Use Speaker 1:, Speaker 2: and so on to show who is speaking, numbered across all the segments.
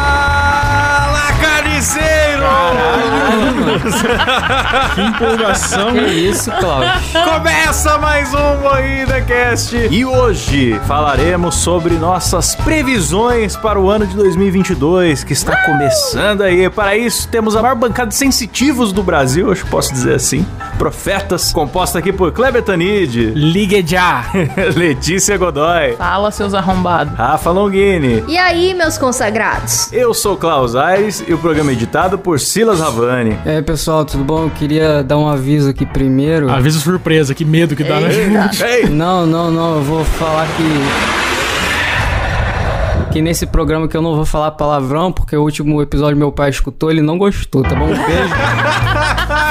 Speaker 1: Fala, carniceiro!
Speaker 2: Que empolgação.
Speaker 3: Que isso, Cláudio.
Speaker 1: Começa mais um Moída Cast e hoje falaremos sobre nossas previsões para o ano de 2022 que está começando aí. Para isso temos a maior bancada de sensitivos do Brasil, acho que posso dizer assim, profetas, composta aqui por Kleber Tanid,
Speaker 4: Ligue já!
Speaker 1: Letícia Godoy,
Speaker 3: Fala, seus arrombados.
Speaker 1: Rafa Longini.
Speaker 5: E aí, meus consagrados?
Speaker 1: Eu sou Klaus Aires e o programa é editado por Silas Ravani.
Speaker 6: E aí, pessoal, tudo bom? Eu queria dar um aviso aqui primeiro.
Speaker 4: Avisa surpresa, que medo que dá, né?
Speaker 1: Ei,
Speaker 6: Não, não, não, eu vou falar que. Que nesse programa que eu não vou falar palavrão, porque o último episódio meu pai escutou, ele não gostou, tá bom? Um beijo.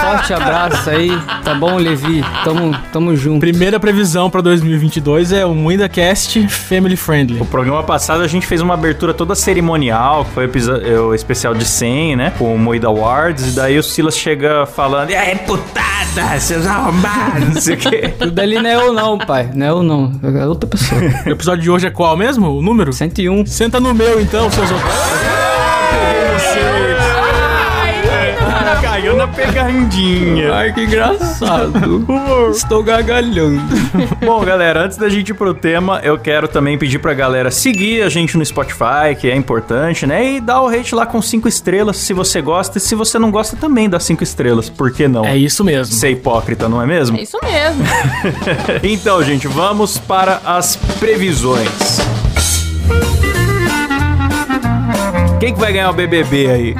Speaker 6: Forte abraço aí, tá bom, Levi? Tamo, tamo junto.
Speaker 4: Primeira previsão pra 2022 é um WindaCast Family Friendly.
Speaker 1: O programa passado a gente fez uma abertura toda cerimonial, que foi o, episo- é, o especial de 100, né? Com o Moída Awards. E daí o Silas chega falando: É putada, seus arrombados, não sei o quê.
Speaker 6: Tudo ali não é eu não, pai. Não é eu não. É outra pessoa.
Speaker 4: O episódio de hoje é qual mesmo? O número?
Speaker 6: 101.
Speaker 4: Senta no meu então, seus otários.
Speaker 1: Caiu na pegandinha.
Speaker 6: Ai, que engraçado. Estou gargalhando.
Speaker 1: Bom, galera, antes da gente ir pro tema, eu quero também pedir pra galera seguir a gente no Spotify, que é importante, né? E dar o rate lá com 5 estrelas se você gosta. E se você não gosta, também dá 5 estrelas. Por que não?
Speaker 4: É isso mesmo.
Speaker 1: Ser hipócrita, não é mesmo?
Speaker 3: É isso mesmo.
Speaker 1: Então, gente, vamos para as previsões. Quem que vai ganhar o BBB aí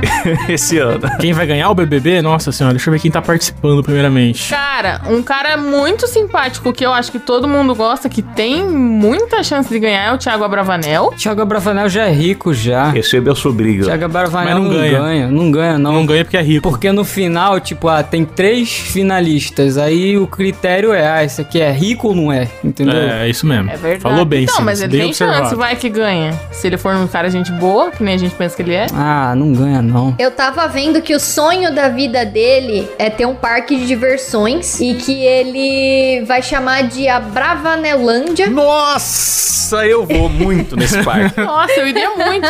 Speaker 1: esse ano?
Speaker 4: Quem vai ganhar o BBB? Nossa senhora, deixa eu ver quem tá participando primeiramente.
Speaker 3: Cara, um cara muito simpático que eu acho que todo mundo gosta, que tem muita chance de ganhar, é o Thiago Abravanel.
Speaker 6: Thiago Abravanel já é rico já.
Speaker 1: Recebeu sua briga.
Speaker 6: Thiago Abravanel
Speaker 4: Mas não
Speaker 6: não,
Speaker 4: ganha.
Speaker 6: ganha. Não ganha, não.
Speaker 4: Não ganha porque é rico.
Speaker 6: Porque no final, tipo, ah, tem três finalistas. Aí o critério é, ah, esse aqui é rico ou não é? Entendeu?
Speaker 4: É, é isso mesmo.
Speaker 3: É verdade.
Speaker 4: Falou bem,
Speaker 3: Então,
Speaker 4: Silas,
Speaker 3: mas ele
Speaker 4: bem
Speaker 3: tem
Speaker 4: observado.
Speaker 3: chance, vai que ganha. Se ele for um cara gente boa, que nem a gente pensa que ele é.
Speaker 6: Ah, não ganha, não.
Speaker 5: Eu tava vendo que o sonho da vida dele é ter um parque de diversões e que ele vai chamar de a Bravanelândia.
Speaker 1: Nossa, eu vou muito nesse parque.
Speaker 3: Nossa, eu iria muito.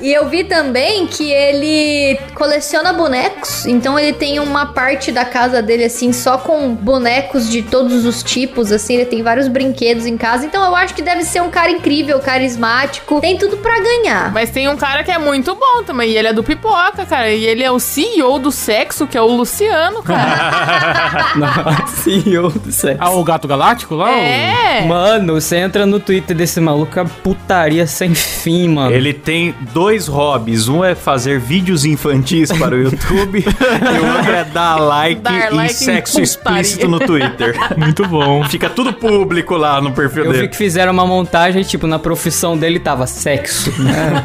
Speaker 5: E eu vi também que ele coleciona bonecos, então ele tem uma parte da casa dele assim só com bonecos de todos os tipos, assim, ele tem vários brinquedos em casa. Então eu acho que deve ser um cara incrível, carismático, tem tudo pra ganhar.
Speaker 3: Mas tem um cara que é muito bom também, e ele é do Pipoca, cara. E ele é o CEO do sexo, que é o Luciano, cara.
Speaker 6: Não, senhor do céu.
Speaker 4: Ah, o Gato Galáctico lá? o-
Speaker 3: é!
Speaker 6: Mano, você entra no Twitter desse maluco, é putaria sem fim, mano.
Speaker 1: Ele tem dois hobbies. Um é fazer vídeos infantis para o YouTube e o outro é dar like
Speaker 3: Dar
Speaker 1: e
Speaker 3: like em
Speaker 1: sexo
Speaker 3: putaria.
Speaker 1: explícito no Twitter.
Speaker 4: Muito bom.
Speaker 1: Fica tudo público lá no perfil
Speaker 6: Eu vi
Speaker 1: dele.
Speaker 6: que fizeram uma montagem, tipo, na profissão dele tava sexo. né?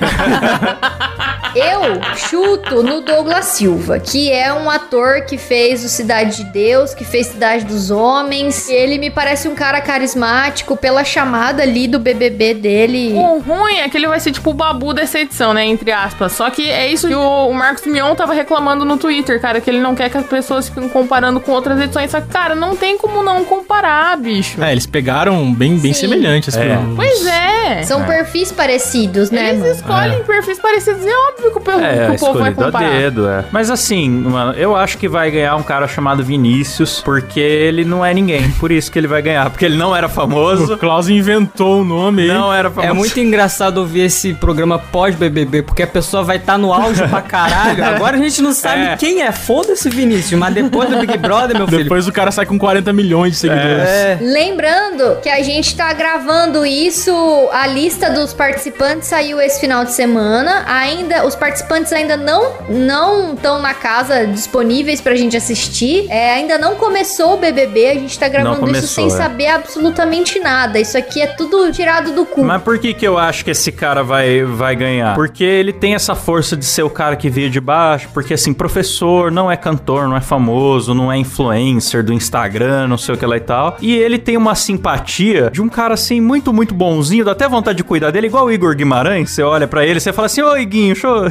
Speaker 5: Eu chuto no Douglas Silva, que é um ator que fez o Cidade de Deus, que fez Cidade dos Homens. Ele me parece um cara carismático pela chamada ali do BBB dele.
Speaker 3: O ruim é que ele vai ser tipo o babu dessa edição, né? Entre aspas. Só que é isso que o, o Marcos Mion tava reclamando no Twitter, cara, que ele não quer que as pessoas fiquem comparando com outras edições. Só que, cara, não tem como não comparar, bicho.
Speaker 4: É, eles pegaram bem, bem assim,
Speaker 5: Sim.
Speaker 4: semelhantes.
Speaker 1: É.
Speaker 4: pro-
Speaker 3: Pois é.
Speaker 5: São perfis parecidos, né?
Speaker 3: Eles
Speaker 5: mano?
Speaker 3: escolhem perfis parecidos e é óbvio que o, pe-
Speaker 1: É,
Speaker 3: que o povo vai
Speaker 1: escolhido a
Speaker 3: comparar.
Speaker 1: dedo, é. Mas assim, mano, eu acho que vai ganhar um cara chamado Vinícius, porque ele não é ninguém. Por isso que ele vai ganhar, porque ele não era
Speaker 4: O
Speaker 1: famoso.
Speaker 4: Klaus inventou o nome aí.
Speaker 1: Não era famoso.
Speaker 6: É muito engraçado ouvir esse programa pós-BBB, porque a pessoa vai estar no auge pra caralho. Agora a gente não sabe
Speaker 1: É.
Speaker 6: quem é. Foda-se, Vinícius. Mas depois do Big Brother, meu é, filho.
Speaker 4: Depois o cara sai com 40 milhões de seguidores.
Speaker 6: É.
Speaker 5: Lembrando que a gente tá gravando isso, a lista dos participantes saiu esse final de semana. Ainda os participantes ainda não não estão na casa disponíveis pra gente assistir. É, ainda não começou o BBB, a gente tá gravando
Speaker 1: começou,
Speaker 5: isso sem
Speaker 1: é.
Speaker 5: saber absolutamente nada. Isso aqui é tudo tirado do cu.
Speaker 1: Mas por que que eu acho que esse cara vai, vai ganhar? Porque ele tem essa força de ser o cara que veio de baixo, porque assim, professor, não é cantor, não é famoso, não é influencer do Instagram, não sei o que lá e tal. E ele tem uma simpatia de um cara assim, muito, muito bonzinho, dá até vontade de cuidar dele, igual o Igor Guimarães, você olha pra ele, você fala assim, ô Iguinho, deixa eu...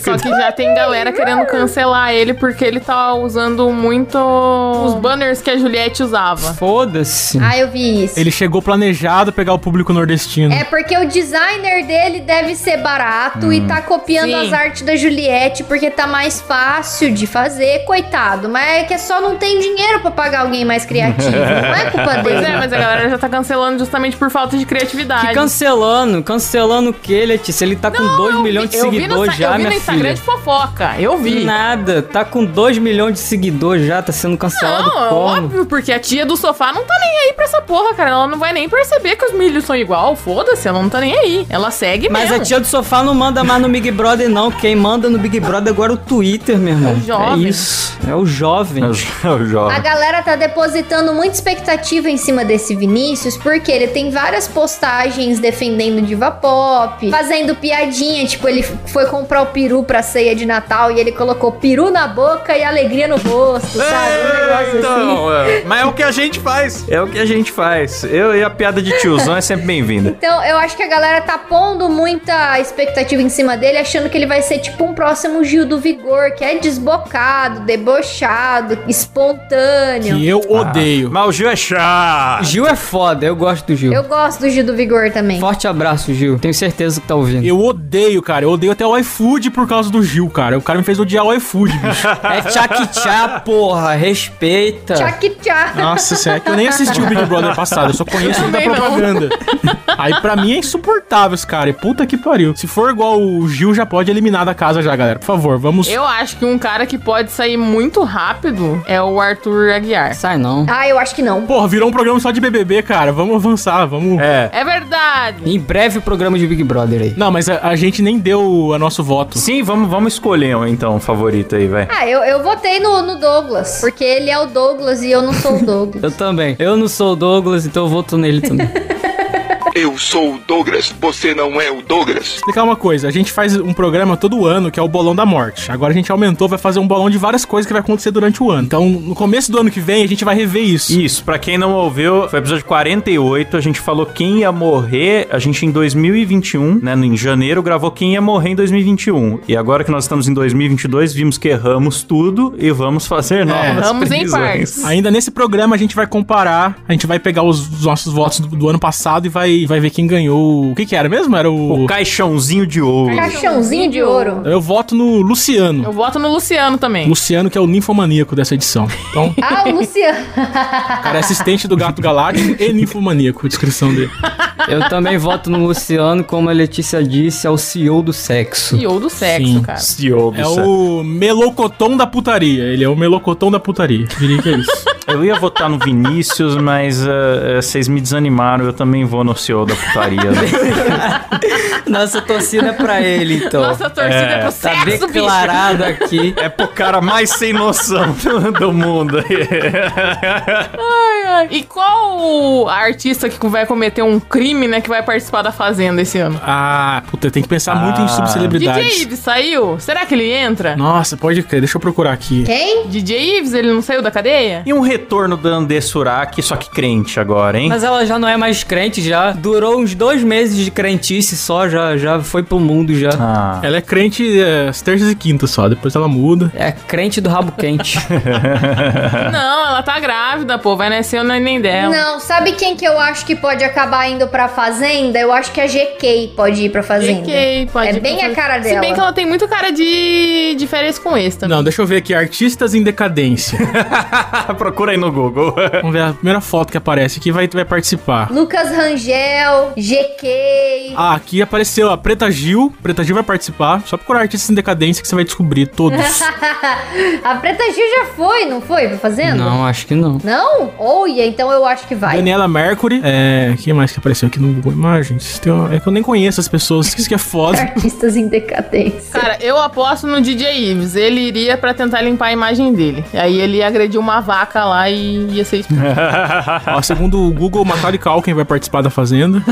Speaker 3: Só que já tem galera querendo cancelar ele porque ele tá usando muito os banners que a Juliette usava.
Speaker 6: Foda-se.
Speaker 5: Ah, eu vi isso.
Speaker 4: Ele chegou planejado pegar o público nordestino.
Speaker 5: É porque o designer dele deve ser barato e tá copiando
Speaker 3: Hum, Sim.
Speaker 5: as artes da Juliette porque tá mais fácil de fazer, coitado. Mas é que só não tem dinheiro pra pagar alguém mais criativo. não é culpa
Speaker 3: Pois
Speaker 5: dele.
Speaker 3: é, mas a galera já tá cancelando justamente por falta de criatividade.
Speaker 6: Que cancelando, cancelando o que, Letícia? Ele tá com 2
Speaker 3: Eu
Speaker 6: milhões de
Speaker 3: vi- eu vi no
Speaker 6: seguidores
Speaker 3: Insta-
Speaker 6: já,
Speaker 3: Eu vi no
Speaker 6: minha
Speaker 3: Instagram
Speaker 6: filha.
Speaker 3: de fofoca. Eu vi.
Speaker 6: Nada, tá com 2 milhões de seguidores já, tá sendo cancelado
Speaker 3: Não, é
Speaker 6: como?
Speaker 3: óbvio, porque a tia do sofá não tá nem aí pra essa porra, cara. Ela não vai nem perceber que os milhos são igual. Foda-se, ela não tá nem aí. Ela segue
Speaker 6: Mas
Speaker 3: mesmo.
Speaker 6: a tia do sofá não manda mais no Big Brother, não. Quem manda no Big Brother agora é o Twitter, meu irmão.
Speaker 3: É o jovem.
Speaker 6: É isso. É o jovem.
Speaker 1: É o
Speaker 5: A
Speaker 1: jovem.
Speaker 5: galera tá depositando muita expectativa em cima desse Vinícius, porque ele tem várias postagens defendendo diva pop, fazendo piadinha, tipo, ele foi comprar o peru pra ceia de Natal e ele colocou peru na boca e alegria no rosto, sabe?
Speaker 3: É,
Speaker 5: Um negócio assim.
Speaker 1: então, é. mas é o que a gente faz. É o que a gente faz. Eu e a piada de tiozão é sempre bem-vinda.
Speaker 5: Então, eu acho que a galera tá pondo muita expectativa em cima dele, achando que ele vai ser tipo um próximo Gil do Vigor, que é desbocado, debochado, espontâneo.
Speaker 4: Que eu odeio.
Speaker 1: Mas o Gil é chato.
Speaker 6: Gil é foda, eu gosto do Gil.
Speaker 5: Eu gosto do Gil do Vigor também.
Speaker 6: Forte abraço, Gil. Tenho certeza que tá ouvindo.
Speaker 4: Eu odeio, cara. Eu odeio até o iFood por causa do Gil, cara. O cara me fez odiar o iFood, bicho.
Speaker 6: É tchá-tchá, porra. Respeita.
Speaker 5: Tchac tchac.
Speaker 4: Nossa senhora, é que eu nem assisti o Big Brother passado. Eu só conheço da
Speaker 3: Também não.
Speaker 4: propaganda. Aí pra mim é insuportável esse cara. E Puta que pariu. Se for igual o Gil, já pode eliminar da casa já, galera. Por favor, vamos...
Speaker 3: Eu acho que um cara que pode sair muito rápido é o Arthur Aguiar.
Speaker 6: Sai não.
Speaker 5: Ah, eu acho que não.
Speaker 4: Porra, virou um programa só de BBB, cara. Vamos avançar, vamos...
Speaker 1: É.
Speaker 3: É verdade.
Speaker 6: Em breve o programa de Big Brother aí.
Speaker 4: Não, mas a, a gente nem deu o nosso voto.
Speaker 1: Sim, vamos, vamos escolher um, então, um favorito aí, vai.
Speaker 5: Ah, eu, eu votei no, no Douglas, porque ele é o Douglas e eu não sou o Douglas.
Speaker 6: Eu também. Eu não sou o Douglas, então eu voto nele também.
Speaker 7: Eu sou o Douglas, você não é o Douglas.
Speaker 4: explicar uma coisa. A gente faz um programa todo ano que é o Bolão da Morte. Agora a gente aumentou, vai fazer um bolão de várias coisas que vai acontecer durante o ano. Então, no começo do ano que vem, a gente vai rever isso.
Speaker 1: Isso, pra quem não ouviu, foi o episódio 48, a gente falou quem ia morrer, a gente em 2021, né, no- em janeiro, gravou quem ia morrer em 2021. E agora que nós estamos em 2022, vimos que erramos tudo e vamos fazer novas
Speaker 3: erramos em
Speaker 1: é, previsões.
Speaker 3: partes.
Speaker 4: Ainda nesse programa a gente vai comparar, a gente vai pegar os, os nossos votos do, do ano passado e vai, vai ver quem ganhou. O que que era mesmo? Era o...
Speaker 1: O caixãozinho de ouro.
Speaker 5: Caixãozinho de ouro.
Speaker 4: Eu voto no Luciano.
Speaker 3: Eu voto no Luciano também.
Speaker 4: Luciano que é o ninfomaníaco dessa edição. Então,
Speaker 5: Ah, o Luciano.
Speaker 4: o cara é assistente do Gato Galáctico e ninfomaníaco, descrição dele.
Speaker 6: Eu também voto no Luciano, como a Letícia disse, é o CEO do sexo.
Speaker 3: E ou do sexo,
Speaker 4: Sim.
Speaker 3: cara.
Speaker 1: CEO do
Speaker 4: É
Speaker 1: céu.
Speaker 4: o melocotom da putaria. Ele é o melocotom da putaria. Diria que é isso.
Speaker 1: Eu ia votar no Vinícius, mas eh, eh, vocês me desanimaram. Eu também vou no CEO da putaria. né?
Speaker 6: Nossa torcida é pra ele, então.
Speaker 3: Nossa torcida é, pro
Speaker 6: tá
Speaker 3: sexo, bicho.
Speaker 6: declarado aqui.
Speaker 1: É pro cara mais sem noção do- do mundo.
Speaker 3: Ai, ai. E qual a artista que vai cometer um crime, né, que vai participar da Fazenda esse ano?
Speaker 4: Ah, puta, tem que pensar muito
Speaker 1: Ah.
Speaker 4: em subcelebridades.
Speaker 3: DJ Ives saiu? Será que ele entra?
Speaker 4: Nossa, pode crer, deixa eu procurar aqui.
Speaker 5: Quem?
Speaker 3: DJ Ives, ele não saiu da cadeia?
Speaker 1: E um retorno da Andê Suraki, só que crente agora, hein?
Speaker 6: Mas ela já não é mais crente, já. Durou uns dois meses de crentice só, já, já foi pro mundo já.
Speaker 1: Ah.
Speaker 4: Ela é crente é, às terças e quintas só, depois ela muda.
Speaker 6: É crente do rabo quente. É.
Speaker 3: Não, ela tá grávida, pô. Vai nascer o neném dela.
Speaker 5: Não, sabe quem que eu acho que pode acabar indo pra fazenda? Eu acho que a GK pode ir pra fazenda.
Speaker 3: GK, pode
Speaker 5: É
Speaker 3: ir
Speaker 5: bem
Speaker 3: pra-
Speaker 5: a cara
Speaker 3: Se bem
Speaker 5: dela.
Speaker 3: que ela tem muito cara de, de férias com ex também.
Speaker 4: Não, deixa eu ver aqui, artistas em decadência.
Speaker 1: Ah, Procura aí no Google.
Speaker 4: Vamos ver a primeira foto que aparece aqui, vai, vai participar.
Speaker 5: Lucas Rangel, GK.
Speaker 4: Ah, aqui apareceu a Preta Gil. Preta Gil vai participar. Só procurar artistas em decadência que você vai descobrir todos.
Speaker 5: a Preta Gil já foi, não foi pra fazenda?
Speaker 6: não, acho que não.
Speaker 5: Não? Olha, então eu acho que vai.
Speaker 4: Daniela Mercury. É. Quem mais que apareceu aqui no Google Imagens? Tem uma- é que eu nem conheço as pessoas. Isso que é foda.
Speaker 5: Artistas em decadência.
Speaker 3: Cara, eu aposto no DJ Ives. Ele iria pra tentar limpar a imagem dele. E aí ele ia agredir uma vaca lá e ia ser expulso.
Speaker 4: Ó, segundo o Google, Macaulay Culkin vai participar da Fazenda.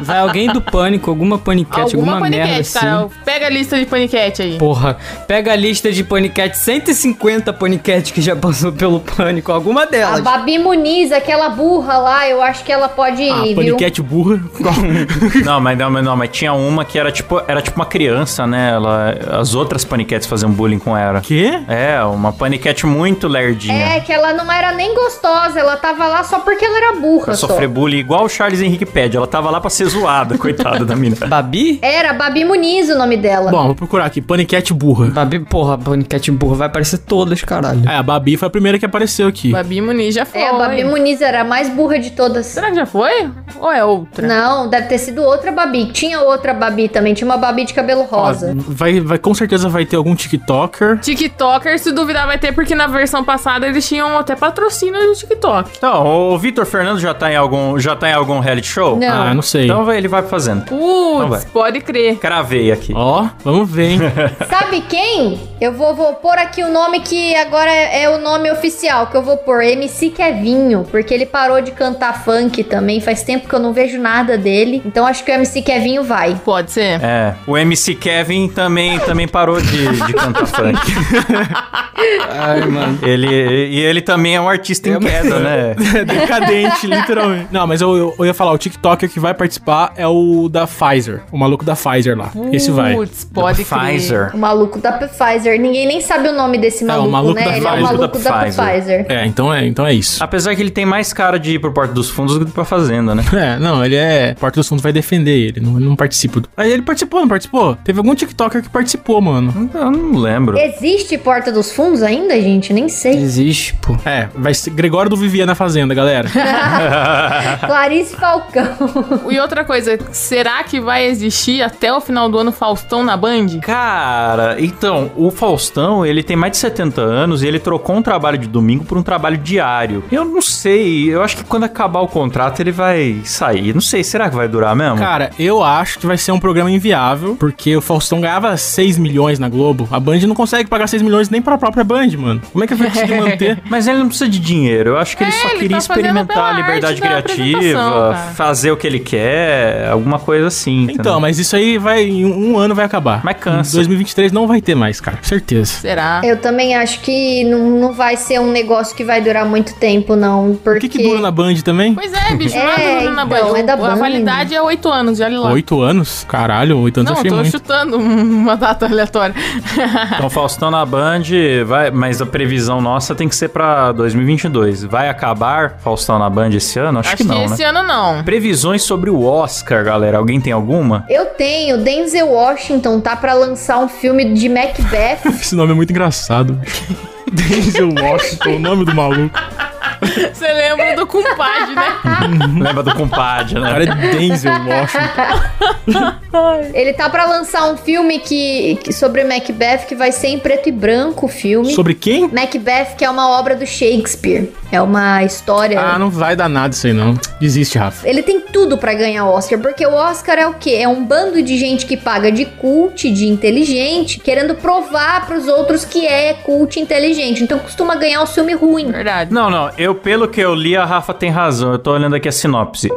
Speaker 6: Vai alguém do pânico, alguma paniquete, alguma, merda assim.
Speaker 3: cara. Pega a lista de paniquete aí.
Speaker 6: Porra, pega a lista de paniquete, 150 paniquete que já passou pelo pânico, alguma
Speaker 5: A
Speaker 6: delas.
Speaker 5: Babi Muniz, aquela burra lá, eu acho que ela pode
Speaker 4: Ah,
Speaker 5: ir, viu?
Speaker 4: paniquete burra.
Speaker 1: não, mas não, mas não, mas tinha uma que era tipo, era tipo uma criança, né? Ela, as outras paniquetes faziam bullying com ela.
Speaker 4: Quê?
Speaker 1: É, uma paniquete muito
Speaker 5: É,
Speaker 1: lerdinha.
Speaker 5: que ela não era nem gostosa, ela tava lá só porque ela era burra.
Speaker 1: Pra
Speaker 5: Só.
Speaker 1: sofrer bullying igual o Charles Henrique pede. Ela tava lá pra ser zoada, coitada da mina.
Speaker 6: Babi?
Speaker 5: Era Babi Muniz o nome dela.
Speaker 4: Bom, vou procurar aqui. Paniquete burra.
Speaker 6: Babi, porra, paniquete burra, vai aparecer todas, caralho.
Speaker 4: É, a Babi foi a primeira que apareceu aqui.
Speaker 3: Babi Muniz já foi.
Speaker 5: é, a Babi Muniz era a mais burra de todas.
Speaker 3: Será que já foi? Ou é outra?
Speaker 5: Não, deve ter sido outra Babi. Tinha outra Babi também, tinha uma Babi de cabelo
Speaker 4: Ó,
Speaker 5: rosa.
Speaker 4: vai, vai, com certeza vai ter algum TikToker.
Speaker 3: TikToker, se duvidar, vai ter, porque na versão passada eles tinham até patrocínio do TikTok.
Speaker 1: Então, o Vitor Fernando já tá em algum, já tá em algum reality show?
Speaker 5: Não.
Speaker 4: Ah, não sei.
Speaker 1: Então vai- ele vai fazendo. Não
Speaker 3: Putz,
Speaker 1: vai.
Speaker 3: pode crer.
Speaker 1: Cravei aqui.
Speaker 4: Ó, vamos ver, hein?
Speaker 5: Sabe quem? Eu vou, vou pôr aqui o nome que agora é é o nome oficial que eu vou pôr. MC Kevinho, porque ele parou de cantar funk também. Faz tempo que eu não vejo nada dele. Então acho que o MC Kevinho vai.
Speaker 3: Pode ser.
Speaker 1: É, o MC Kevin também, também parou de, de cantar funk.
Speaker 6: Ai, mano.
Speaker 1: Ele, e ele também é um artista em queda, né?
Speaker 4: É decadente, literalmente. Não, mas eu, eu- eu ia falar, o TikToker que vai participar é o da Pfizer. O maluco da Pfizer lá. É, Esse vai.
Speaker 3: Putz, pode
Speaker 1: Da
Speaker 3: crer.
Speaker 1: Pfizer.
Speaker 5: O maluco da Pfizer. Ninguém nem sabe o nome desse
Speaker 4: É,
Speaker 5: maluco,
Speaker 4: o maluco
Speaker 5: né?
Speaker 4: da
Speaker 5: ele é o
Speaker 4: Pfizer.
Speaker 5: maluco da,
Speaker 1: Da
Speaker 5: Pfizer.
Speaker 1: Pfizer.
Speaker 4: É, então é, então é isso.
Speaker 1: Apesar que ele tem mais cara de ir pro Porto dos Fundos do que pra Fazenda, né?
Speaker 4: É, não, ele é. Porta dos Fundos vai defender ele, não, não participa. do- Mas ele participou, não participou? Teve algum TikToker que participou, mano.
Speaker 1: Eu não lembro.
Speaker 5: Existe Porta dos Fundos ainda, gente? Nem sei.
Speaker 6: Existe, pô.
Speaker 4: É, vai ser Gregório do Vivier na Fazenda, galera.
Speaker 5: Clarice Falcão.
Speaker 3: E outra coisa, será que vai existir até o final do ano Faustão na Band?
Speaker 1: Cara, então, o Faustão, ele tem mais de 70 anos e ele trocou um trabalho de domingo por um trabalho diário. Eu não sei, eu acho que quando acabar o contrato ele vai sair. Não sei, será que vai durar mesmo?
Speaker 4: Cara, eu acho que vai ser um programa inviável, porque o Faustão ganhava 6 milhões na Globo. A Band não consegue pagar 6 milhões nem pra própria Band, mano. Como é que vai conseguir manter?
Speaker 1: Mas ele não precisa de dinheiro, eu acho que ele só
Speaker 3: ele
Speaker 1: queria
Speaker 3: tá fazendo pela
Speaker 1: experimentar a liberdade
Speaker 3: arte da apresentação,
Speaker 1: criativa,
Speaker 3: cara.
Speaker 1: fazer o que ele quer, alguma coisa assim.
Speaker 4: Então,
Speaker 1: entendeu?
Speaker 4: mas isso aí vai. Em um um ano vai acabar.
Speaker 1: Mas cansa.
Speaker 4: Em 2023 não vai ter mais, cara. Certeza.
Speaker 3: Será?
Speaker 5: Eu também acho que não, não vai ser um negócio que vai durar muito tempo, não.
Speaker 4: O
Speaker 5: Porque
Speaker 4: que, que dura na Band também?
Speaker 3: Pois é, bicho, não
Speaker 5: É,
Speaker 3: é, tudo na
Speaker 5: então,
Speaker 3: Band.
Speaker 5: é da
Speaker 3: A
Speaker 5: Band.
Speaker 3: validade é oito anos, olha lá.
Speaker 4: Oito anos? Caralho, oito anos
Speaker 3: Não,
Speaker 4: eu
Speaker 3: eu
Speaker 4: achei
Speaker 3: tô
Speaker 4: muito.
Speaker 3: chutando uma data aleatória.
Speaker 1: Então, Faustão na Band, vai, mas a previsão nossa tem que ser pra 2022. Vai acabar Faustão na Band esse ano? Acho,
Speaker 3: Acho
Speaker 1: que não, né?
Speaker 3: esse ano não.
Speaker 1: Previsões sobre o Oscar, galera. Alguém tem alguma?
Speaker 5: eu tenho Denzel Washington tá pra lançar um filme de Macbeth.
Speaker 4: Esse nome é muito engraçado. Denzel Washington, o nome do maluco.
Speaker 3: Você lembra do compadre, né?
Speaker 1: Lembra do compadre,
Speaker 4: O
Speaker 1: né?
Speaker 4: Uhum. cara é Denzel Washington.
Speaker 5: Ele tá pra lançar um filme que, que- sobre Macbeth que vai ser em preto e branco o filme.
Speaker 4: Sobre quem?
Speaker 5: Macbeth, que é uma obra do Shakespeare. É uma história.
Speaker 4: Ah, não vai dar nada isso aí, não. Desiste, Rafa.
Speaker 5: Ele tem tudo pra ganhar o Oscar, porque o Oscar é o quê? É um bando de gente que paga de cult, de inteligente, querendo provar pros outros que é cult inteligente. Então costuma ganhar o filme ruim.
Speaker 3: Verdade.
Speaker 1: Não, não, eu pelo que eu li, a Rafa tem razão. Eu tô olhando aqui a sinopse.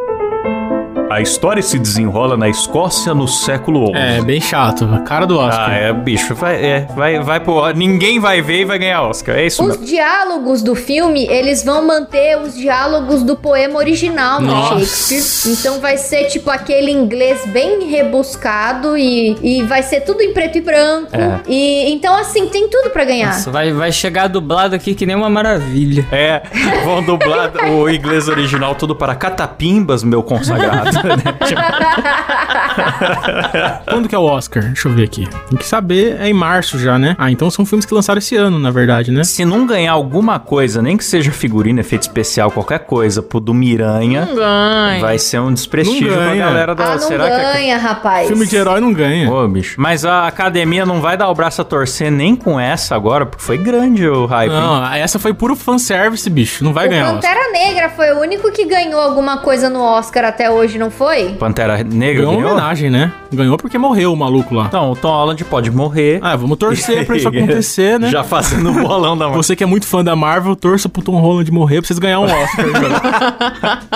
Speaker 1: A história se desenrola na Escócia no século XI.
Speaker 4: É, bem chato. A cara do
Speaker 1: Ah,
Speaker 4: Oscar.
Speaker 1: é, bicho, vai, é, vai, vai pro. Ninguém vai ver e vai ganhar Oscar. É isso mesmo.
Speaker 5: Os diálogos do filme, eles vão manter os diálogos do poema original no
Speaker 4: Nossa.
Speaker 5: Shakespeare. Então vai ser tipo aquele inglês bem rebuscado e, e vai ser tudo em preto e branco.
Speaker 4: É.
Speaker 5: E então assim, tem tudo pra ganhar.
Speaker 6: Nossa, vai, vai chegar dublado aqui que nem uma maravilha.
Speaker 1: É, vão dublar o inglês original tudo para catapimbas, meu consagrado. né?
Speaker 5: Ah,
Speaker 4: Quando que é o Oscar? Deixa eu ver aqui. Tem que saber, é em março já, né? Ah, então são filmes que lançaram esse ano, na verdade, né?
Speaker 1: Se não ganhar alguma coisa, nem que seja figurina, efeito especial, qualquer coisa, pro do Miranha,
Speaker 3: Não ganha.
Speaker 1: vai ser um desprestígio
Speaker 4: Não
Speaker 1: pra
Speaker 4: ganha.
Speaker 1: galera da.
Speaker 5: Ah, não
Speaker 1: Será que.
Speaker 5: ganha, rapaz.
Speaker 4: Filme de herói não ganha.
Speaker 1: Ô, bicho. Mas a academia não vai dar o braço a torcer nem com essa agora, porque foi grande o hype. hein?
Speaker 4: Não, essa foi puro fanservice, bicho. Não vai
Speaker 5: o
Speaker 4: ganhar. Oscar.
Speaker 5: Pantera Negra foi o único que ganhou alguma coisa no Oscar até hoje, não foi?
Speaker 1: Pantera Negra
Speaker 4: Ganhou uma
Speaker 1: ganhou?
Speaker 4: homenagem, né? Ganhou porque morreu o maluco lá.
Speaker 1: Então, o Tom Holland pode morrer.
Speaker 4: Ah, vamos torcer pra isso acontecer, né?
Speaker 1: Já fazendo um bolão da
Speaker 4: Você que é muito fã da Marvel, torça pro Tom Holland morrer pra vocês ganharem um Oscar.